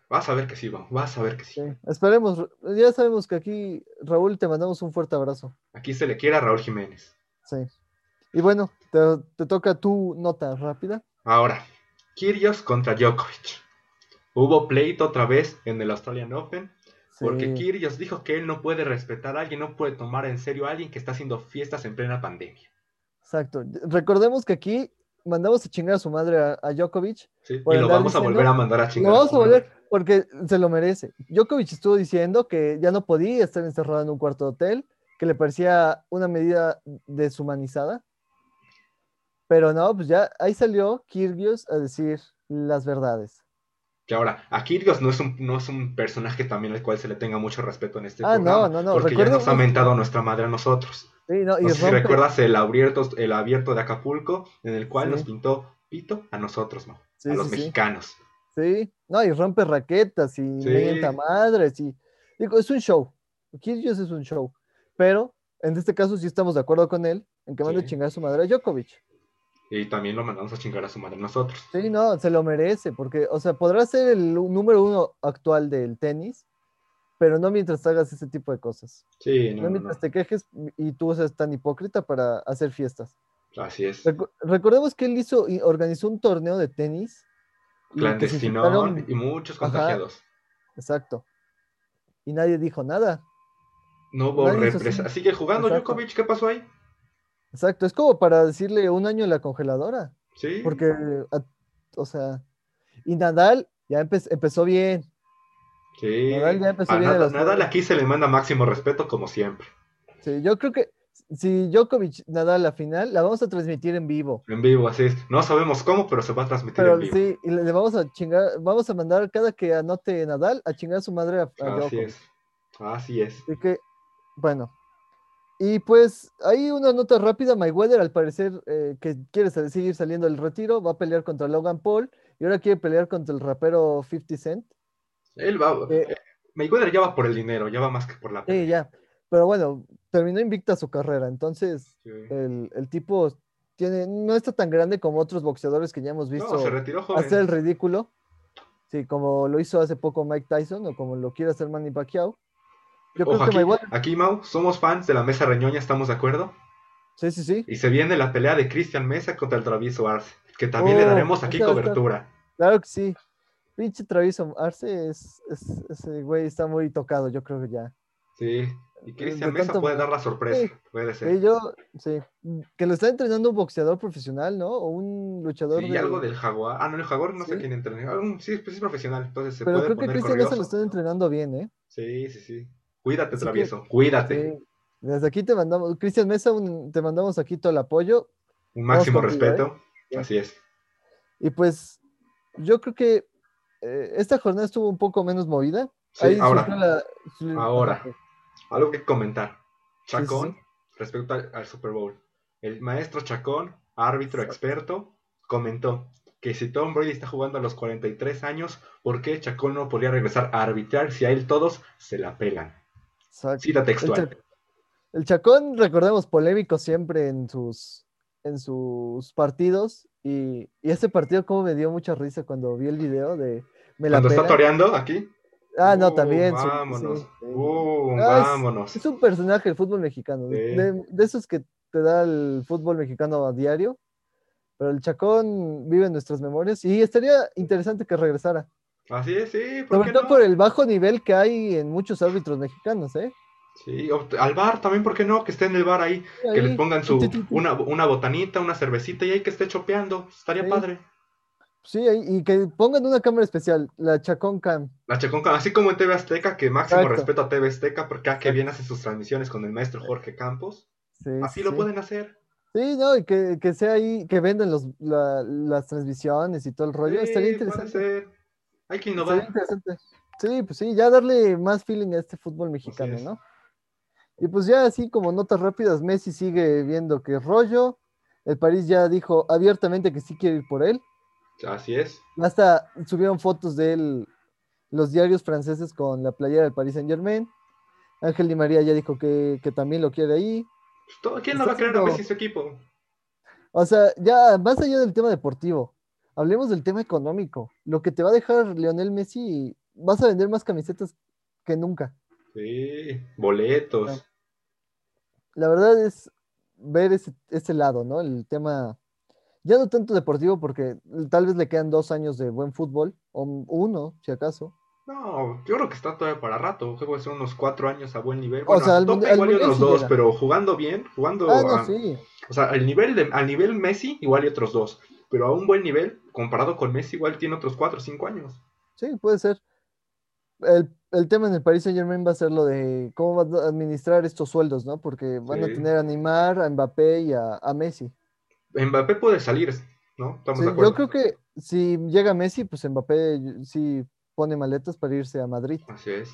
[SPEAKER 1] Vas a ver que sí, vamos, vas a ver que sí.
[SPEAKER 2] Sí, Esperemos, Ra- ya sabemos que aquí, Raúl, te mandamos un fuerte abrazo.
[SPEAKER 1] Aquí se le quiere a Raúl Jiménez.
[SPEAKER 2] Sí. Y bueno, te, te toca tu nota rápida.
[SPEAKER 1] Ahora, Kyrgios contra Djokovic. Hubo pleito otra vez en el Australian Open
[SPEAKER 2] Sí,
[SPEAKER 1] porque Kyrgios dijo que él no puede respetar a alguien, no puede tomar en serio a alguien que está haciendo fiestas en plena pandemia.
[SPEAKER 2] Exacto. Recordemos que aquí mandamos a chingar a su madre a, a Djokovic
[SPEAKER 1] ¿sí?
[SPEAKER 2] Por
[SPEAKER 1] Y lo
[SPEAKER 2] andar
[SPEAKER 1] vamos a
[SPEAKER 2] diciendo-
[SPEAKER 1] volver a mandar a
[SPEAKER 2] Lo
[SPEAKER 1] chingar.
[SPEAKER 2] vamos a
[SPEAKER 1] su madre.
[SPEAKER 2] volver porque se lo merece. Djokovic estuvo diciendo que ya no podía estar encerrado en un cuarto de hotel, que le parecía una medida deshumanizada. Pero no, pues ya ahí salió Kirgios a decir las verdades.
[SPEAKER 1] Que ahora, a Kyrgios no es un, no es un personaje también al cual se le tenga mucho respeto en este
[SPEAKER 2] Ah,
[SPEAKER 1] programa,
[SPEAKER 2] no, no, no,
[SPEAKER 1] porque
[SPEAKER 2] recuerdo
[SPEAKER 1] ya nos ha
[SPEAKER 2] mucho-
[SPEAKER 1] mentado nuestra madre a nosotros.
[SPEAKER 2] Sí, no, y
[SPEAKER 1] No sé si
[SPEAKER 2] rompe-
[SPEAKER 1] recuerdas el abierto, el abierto de Acapulco, en el cual
[SPEAKER 2] Sí.
[SPEAKER 1] nos pintó Pito a nosotros, ¿no?
[SPEAKER 2] sí,
[SPEAKER 1] a
[SPEAKER 2] sí,
[SPEAKER 1] los
[SPEAKER 2] sí,
[SPEAKER 1] mexicanos.
[SPEAKER 2] sí. No, y rompe raquetas y
[SPEAKER 1] Sí.
[SPEAKER 2] mienta madres. Y, digo, es un show. Kirgios es un show. Pero en este caso sí estamos de acuerdo con él en que mande
[SPEAKER 1] Sí.
[SPEAKER 2] chingar a su madre a Djokovic.
[SPEAKER 1] Y también lo mandamos a chingar a su madre nosotros.
[SPEAKER 2] Sí, no, se lo merece, porque, o sea, podrás ser el u- número uno actual del tenis, pero no mientras hagas ese tipo de cosas.
[SPEAKER 1] Sí,
[SPEAKER 2] No,
[SPEAKER 1] no, no,
[SPEAKER 2] mientras te quejes y tú seas tan hipócrita para hacer fiestas.
[SPEAKER 1] no. Así es.
[SPEAKER 2] Recu- recordemos que él hizo y organizó un torneo de tenis. y que se
[SPEAKER 1] Clandestino
[SPEAKER 2] infectaron-
[SPEAKER 1] y muchos
[SPEAKER 2] Ajá.
[SPEAKER 1] contagiados.
[SPEAKER 2] Exacto. Y nadie dijo nada.
[SPEAKER 1] No hubo
[SPEAKER 2] Nadie hizo
[SPEAKER 1] represa.
[SPEAKER 2] así.
[SPEAKER 1] Así que jugando
[SPEAKER 2] Exacto.
[SPEAKER 1] Djokovic, ¿qué pasó ahí?
[SPEAKER 2] Exacto, es como para decirle un año en la congeladora,
[SPEAKER 1] Sí.
[SPEAKER 2] porque, a- o sea, y Nadal ya empe- empezó bien,
[SPEAKER 1] sí.
[SPEAKER 2] Nadal ya empezó
[SPEAKER 1] A
[SPEAKER 2] bien en
[SPEAKER 1] Nada-
[SPEAKER 2] los-
[SPEAKER 1] Nadal aquí se le manda máximo respeto, como siempre.
[SPEAKER 2] Sí, yo creo que si Djokovic Nadal la final, la vamos a transmitir en vivo,
[SPEAKER 1] En vivo, así es. No sabemos cómo, pero se va a transmitir
[SPEAKER 2] pero
[SPEAKER 1] en vivo.
[SPEAKER 2] sí, y le, le vamos a chingar, vamos a mandar cada que anote Nadal a chingar a su madre a, a
[SPEAKER 1] Así
[SPEAKER 2] Djokovic.
[SPEAKER 1] es. Así es.
[SPEAKER 2] Así que, bueno. Y pues hay una nota rápida, Mayweather al parecer eh, que quiere sal- seguir saliendo del retiro, va a pelear contra Logan Paul y ahora quiere pelear contra el rapero 50 Cent.
[SPEAKER 1] Él va.
[SPEAKER 2] Eh.
[SPEAKER 1] eh, Mayweather ya va por el dinero, ya va más que por la
[SPEAKER 2] Sí, ya. Pero bueno, terminó invicta su carrera, entonces
[SPEAKER 1] Sí.
[SPEAKER 2] el, el tipo tiene, no está tan grande como otros boxeadores que ya hemos
[SPEAKER 1] No,
[SPEAKER 2] visto
[SPEAKER 1] se retiró joven.
[SPEAKER 2] hacer el ridículo. Sí, como lo hizo hace poco Mike Tyson o como lo quiere hacer Manny Pacquiao. Yo
[SPEAKER 1] Ojo,
[SPEAKER 2] creo que
[SPEAKER 1] aquí,
[SPEAKER 2] Mayweather,
[SPEAKER 1] aquí, Mau, somos fans de la mesa reñoña, ¿estamos de acuerdo?
[SPEAKER 2] sí, sí, sí.
[SPEAKER 1] Y se viene la pelea de Cristian Mesa contra el travieso Arce, que también le
[SPEAKER 2] Oh,
[SPEAKER 1] daremos aquí
[SPEAKER 2] esa va a estar-
[SPEAKER 1] cobertura.
[SPEAKER 2] Claro que sí. Pinche Traviso Arce es, es- ese güey está muy tocado, yo creo que ya.
[SPEAKER 1] Sí. Y Cristian
[SPEAKER 2] De
[SPEAKER 1] Mesa
[SPEAKER 2] tanto-
[SPEAKER 1] puede dar la sorpresa,
[SPEAKER 2] Sí.
[SPEAKER 1] puede ser.
[SPEAKER 2] Sí, yo, sí. Que lo está entrenando un boxeador profesional, ¿no? O un luchador
[SPEAKER 1] Sí, y
[SPEAKER 2] de-
[SPEAKER 1] algo del jaguar. Ah, no, el jaguar no sé
[SPEAKER 2] Sí.
[SPEAKER 1] quién entrenó. Ah, un- Sí, pues es profesional, entonces se
[SPEAKER 2] Pero
[SPEAKER 1] puede
[SPEAKER 2] creo que
[SPEAKER 1] poner
[SPEAKER 2] Cristian Mesa lo
[SPEAKER 1] corrioso.
[SPEAKER 2] está entrenando bien, ¿eh?
[SPEAKER 1] Sí, sí, sí. Cuídate,
[SPEAKER 2] Así que-
[SPEAKER 1] travieso, cuídate.
[SPEAKER 2] Sí. Desde aquí te mandamos, Cristian Mesa, un- te mandamos aquí todo el apoyo.
[SPEAKER 1] Un máximo
[SPEAKER 2] Vamos contigo, ¿eh?
[SPEAKER 1] respeto.
[SPEAKER 2] Sí.
[SPEAKER 1] Así es.
[SPEAKER 2] Y pues yo creo que eh, esta jornada estuvo un poco menos movida.
[SPEAKER 1] Sí, ahora,
[SPEAKER 2] surgió la- su-
[SPEAKER 1] Ahora. algo que comentar.
[SPEAKER 2] Sí, sí,
[SPEAKER 1] Chacón,
[SPEAKER 2] sí.
[SPEAKER 1] respecto al, al Super Bowl. El maestro Chacón, árbitro
[SPEAKER 2] Exacto.
[SPEAKER 1] experto, comentó que si Tom Brady está jugando a los 43 años, ¿por qué Chacón no podría regresar a arbitrar si a él todos se la pelan?
[SPEAKER 2] Exacto.
[SPEAKER 1] Cita textual.
[SPEAKER 2] Chac- El Chacón, recordemos, polémico siempre en sus, en sus partidos. Y, y ese partido como me dio mucha risa cuando vi el video de... Me la
[SPEAKER 1] Cuando está
[SPEAKER 2] pelan.
[SPEAKER 1] toreando aquí.
[SPEAKER 2] Ah, no,
[SPEAKER 1] Uh,
[SPEAKER 2] también. su-
[SPEAKER 1] Vámonos.
[SPEAKER 2] sí, sí.
[SPEAKER 1] Uh,
[SPEAKER 2] Ah, es-
[SPEAKER 1] vámonos.
[SPEAKER 2] Es un personaje del fútbol mexicano. de-
[SPEAKER 1] Sí.
[SPEAKER 2] De, de esos que te da el fútbol mexicano a diario. Pero el Chacón vive en nuestras memorias y estaría interesante que regresara.
[SPEAKER 1] Así es, sí, ¿por
[SPEAKER 2] Sobre
[SPEAKER 1] qué
[SPEAKER 2] todo
[SPEAKER 1] no?
[SPEAKER 2] por el bajo nivel que hay en muchos árbitros mexicanos, ¿eh?
[SPEAKER 1] Sí, o- al bar también, ¿por qué no? Que esté en el bar ahí, que les
[SPEAKER 2] Ahí,
[SPEAKER 1] pongan su
[SPEAKER 2] ti, ti, ti.
[SPEAKER 1] una, una botanita, una cervecita y ahí que esté chopeando. Estaría
[SPEAKER 2] Sí.
[SPEAKER 1] padre.
[SPEAKER 2] Sí, ahí- y que pongan una cámara especial, la Chacón Cam.
[SPEAKER 1] La Chaconca, así como en TV Azteca, que máximo
[SPEAKER 2] Exacto.
[SPEAKER 1] respeto a TV Azteca, porque cada que
[SPEAKER 2] Exacto.
[SPEAKER 1] bien hace sus transmisiones con el maestro Jorge Campos,
[SPEAKER 2] Sí,
[SPEAKER 1] así
[SPEAKER 2] sí,
[SPEAKER 1] lo
[SPEAKER 2] sí.
[SPEAKER 1] pueden hacer.
[SPEAKER 2] Sí, no, y que, que sea ahí, que vendan los, la- las transmisiones y todo el rollo.
[SPEAKER 1] Sí,
[SPEAKER 2] Pues estaría
[SPEAKER 1] puede
[SPEAKER 2] interesante.
[SPEAKER 1] ser. Hay que
[SPEAKER 2] Estaría
[SPEAKER 1] innovar.
[SPEAKER 2] interesante. Sí, pues sí, ya darle más feeling a este fútbol mexicano,
[SPEAKER 1] es.
[SPEAKER 2] ¿no? Y pues ya así como notas rápidas, Messi sigue viendo que rollo. El París ya dijo abiertamente que sí quiere ir por él.
[SPEAKER 1] Así es.
[SPEAKER 2] Hasta subieron fotos de él los diarios franceses con la playera del Paris Saint Germain. Ángel Di María ya dijo que, que también lo quiere ahí.
[SPEAKER 1] Pues todo- ¿Quién no va a
[SPEAKER 2] Está
[SPEAKER 1] creer a
[SPEAKER 2] haciendo-
[SPEAKER 1] Messi y su equipo?
[SPEAKER 2] O sea, ya más allá del tema deportivo, hablemos del tema económico. Lo que te va a dejar Lionel Messi, vas a vender más camisetas que nunca.
[SPEAKER 1] Sí, boletos.
[SPEAKER 2] No. La verdad es ver ese, ese lado, ¿no? El tema, ya no tanto deportivo, porque tal vez le quedan dos años de buen fútbol, o uno, si acaso.
[SPEAKER 1] No, yo creo que está todavía para rato. Creo que son unos cuatro años a buen nivel.
[SPEAKER 2] O
[SPEAKER 1] Bueno,
[SPEAKER 2] sea, al
[SPEAKER 1] tope
[SPEAKER 2] mundial- al
[SPEAKER 1] igual y
[SPEAKER 2] mundial
[SPEAKER 1] otros
[SPEAKER 2] sí
[SPEAKER 1] dos,
[SPEAKER 2] llega.
[SPEAKER 1] pero jugando bien, jugando
[SPEAKER 2] Ah, no,
[SPEAKER 1] a-
[SPEAKER 2] sí.
[SPEAKER 1] O sea, al nivel, de, al nivel Messi, igual y otros dos. Pero a un buen nivel, comparado con Messi, igual tiene otros cuatro o cinco años.
[SPEAKER 2] Sí, puede ser. El, el tema en el Paris Saint Germain va a ser lo de cómo van a administrar estos sueldos, ¿no? Porque van a
[SPEAKER 1] Sí.
[SPEAKER 2] tener a Neymar, a Mbappé y a, a Messi.
[SPEAKER 1] Mbappé puede salir, ¿no? Estamos
[SPEAKER 2] Sí,
[SPEAKER 1] de
[SPEAKER 2] yo
[SPEAKER 1] acuerdo.
[SPEAKER 2] creo que si llega Messi, pues Mbappé sí pone maletas para irse a Madrid,
[SPEAKER 1] Así es.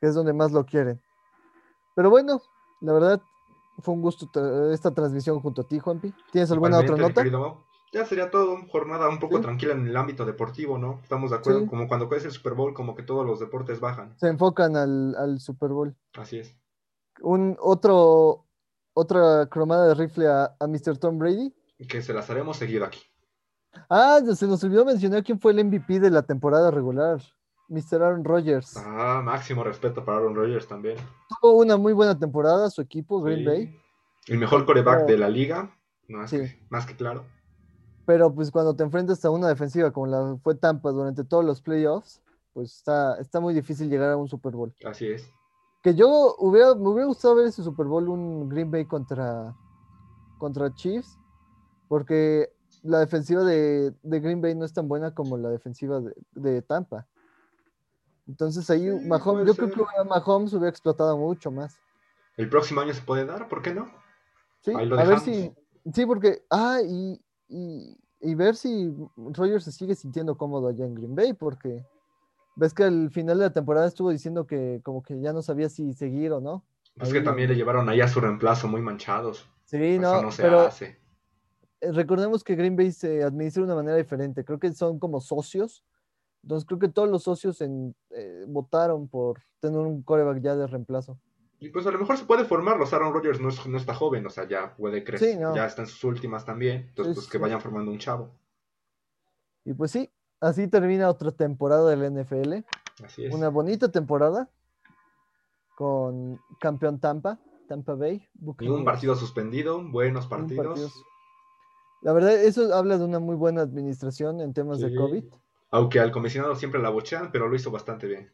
[SPEAKER 2] que es donde más lo quieren. Pero bueno, la verdad fue un gusto tra- esta transmisión junto a ti, Juanpi. ¿Tienes alguna
[SPEAKER 1] Igualmente,
[SPEAKER 2] otra
[SPEAKER 1] mi
[SPEAKER 2] nota?
[SPEAKER 1] querido Mau. Ya sería todo, jornada un poco
[SPEAKER 2] Sí.
[SPEAKER 1] tranquila en el ámbito deportivo, ¿no? Estamos de acuerdo,
[SPEAKER 2] Sí.
[SPEAKER 1] como cuando es el Super Bowl, como que todos los deportes bajan.
[SPEAKER 2] Se enfocan al, al Super Bowl.
[SPEAKER 1] Así es.
[SPEAKER 2] Un otro otra cromada de rifle a, a Mr. Tom Brady.
[SPEAKER 1] Y Que se las haremos seguido aquí.
[SPEAKER 2] Ah, se nos olvidó mencionar quién fue el MVP de la temporada regular. Mr. Aaron Rodgers.
[SPEAKER 1] Ah, máximo respeto para Aaron Rodgers también.
[SPEAKER 2] Tuvo una muy buena temporada, su equipo, Green
[SPEAKER 1] Sí.
[SPEAKER 2] Bay.
[SPEAKER 1] El mejor coreback
[SPEAKER 2] Oh.
[SPEAKER 1] de la liga, más,
[SPEAKER 2] Sí.
[SPEAKER 1] que, más que claro.
[SPEAKER 2] Pero pues cuando te enfrentas a una defensiva como la fue Tampa durante todos los playoffs, pues está, está muy difícil llegar a un Super Bowl.
[SPEAKER 1] Así es.
[SPEAKER 2] Que yo hubiera, me hubiera gustado ver ese Super Bowl un Green Bay contra, contra Chiefs, porque la defensiva de, de Green Bay no es tan buena como la defensiva de, de Tampa. Entonces ahí
[SPEAKER 1] Sí,
[SPEAKER 2] Mahomes,
[SPEAKER 1] puede
[SPEAKER 2] yo
[SPEAKER 1] ser.
[SPEAKER 2] creo que hubiera- Mahomes hubiera explotado mucho más.
[SPEAKER 1] El próximo año se puede dar, ¿por qué no?
[SPEAKER 2] Sí,
[SPEAKER 1] Ahí lo
[SPEAKER 2] a ver
[SPEAKER 1] dejamos.
[SPEAKER 2] si. Sí, porque. Ah, y, y, y ver si Rogers se sigue sintiendo cómodo allá en Green Bay, porque ves que al final de la temporada estuvo diciendo que como que ya no sabía si seguir o no.
[SPEAKER 1] Pues
[SPEAKER 2] Ahí
[SPEAKER 1] que
[SPEAKER 2] lo-
[SPEAKER 1] también le llevaron ahí a su reemplazo muy manchados.
[SPEAKER 2] Sí,
[SPEAKER 1] Pues Eso
[SPEAKER 2] no,
[SPEAKER 1] no se
[SPEAKER 2] pero
[SPEAKER 1] hace.
[SPEAKER 2] eh, recordemos que Green Bay se administra de una manera diferente. Creo que son como socios. Entonces creo que todos los socios en, eh, votaron por tener un coreback ya de reemplazo.
[SPEAKER 1] Y pues a lo mejor se puede formar, los Aaron Rodgers no, es- no está joven, o sea, ya puede crecer,
[SPEAKER 2] Sí, no.
[SPEAKER 1] ya está en sus últimas también, entonces
[SPEAKER 2] Sí,
[SPEAKER 1] pues
[SPEAKER 2] sí,
[SPEAKER 1] que
[SPEAKER 2] sí.
[SPEAKER 1] vayan formando un chavo.
[SPEAKER 2] Y pues sí, así termina otra temporada del NFL.
[SPEAKER 1] Así es.
[SPEAKER 2] una bonita temporada con campeón Tampa, Tampa Bay. Buccaneers.
[SPEAKER 1] Ningún partido suspendido, buenos
[SPEAKER 2] Ningún
[SPEAKER 1] partidos.
[SPEAKER 2] Pues, partido. La verdad, eso habla de una muy buena administración en temas
[SPEAKER 1] Sí.
[SPEAKER 2] de COVID.
[SPEAKER 1] Aunque al comisionado siempre la bochean, pero lo hizo bastante bien.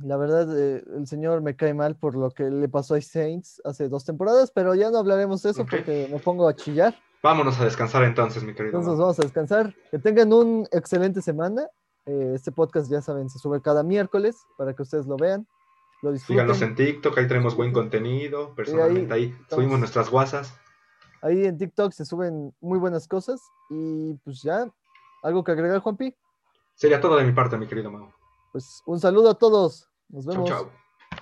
[SPEAKER 2] La verdad, eh, el señor me cae mal por lo que le pasó a Saints hace dos temporadas, pero ya no hablaremos de eso
[SPEAKER 1] Ok.
[SPEAKER 2] porque me pongo a chillar.
[SPEAKER 1] Vámonos a descansar entonces, mi querido.
[SPEAKER 2] Entonces
[SPEAKER 1] Mau.
[SPEAKER 2] vamos a descansar. Que tengan un excelente semana. Eh, este podcast, ya saben, se sube cada miércoles para que ustedes lo vean, lo disfruten.
[SPEAKER 1] Síganos en TikTok, ahí traemos buen contenido. Personalmente ahí, subimos nuestras guasas.
[SPEAKER 2] Ahí en TikTok se suben muy buenas cosas. Y pues ya, algo que agregar, Juanpi.
[SPEAKER 1] Sería todo de mi parte, mi querido Mau.
[SPEAKER 2] Pues un saludo a todos. Nos
[SPEAKER 1] Chau,
[SPEAKER 2] vemos.
[SPEAKER 1] chau.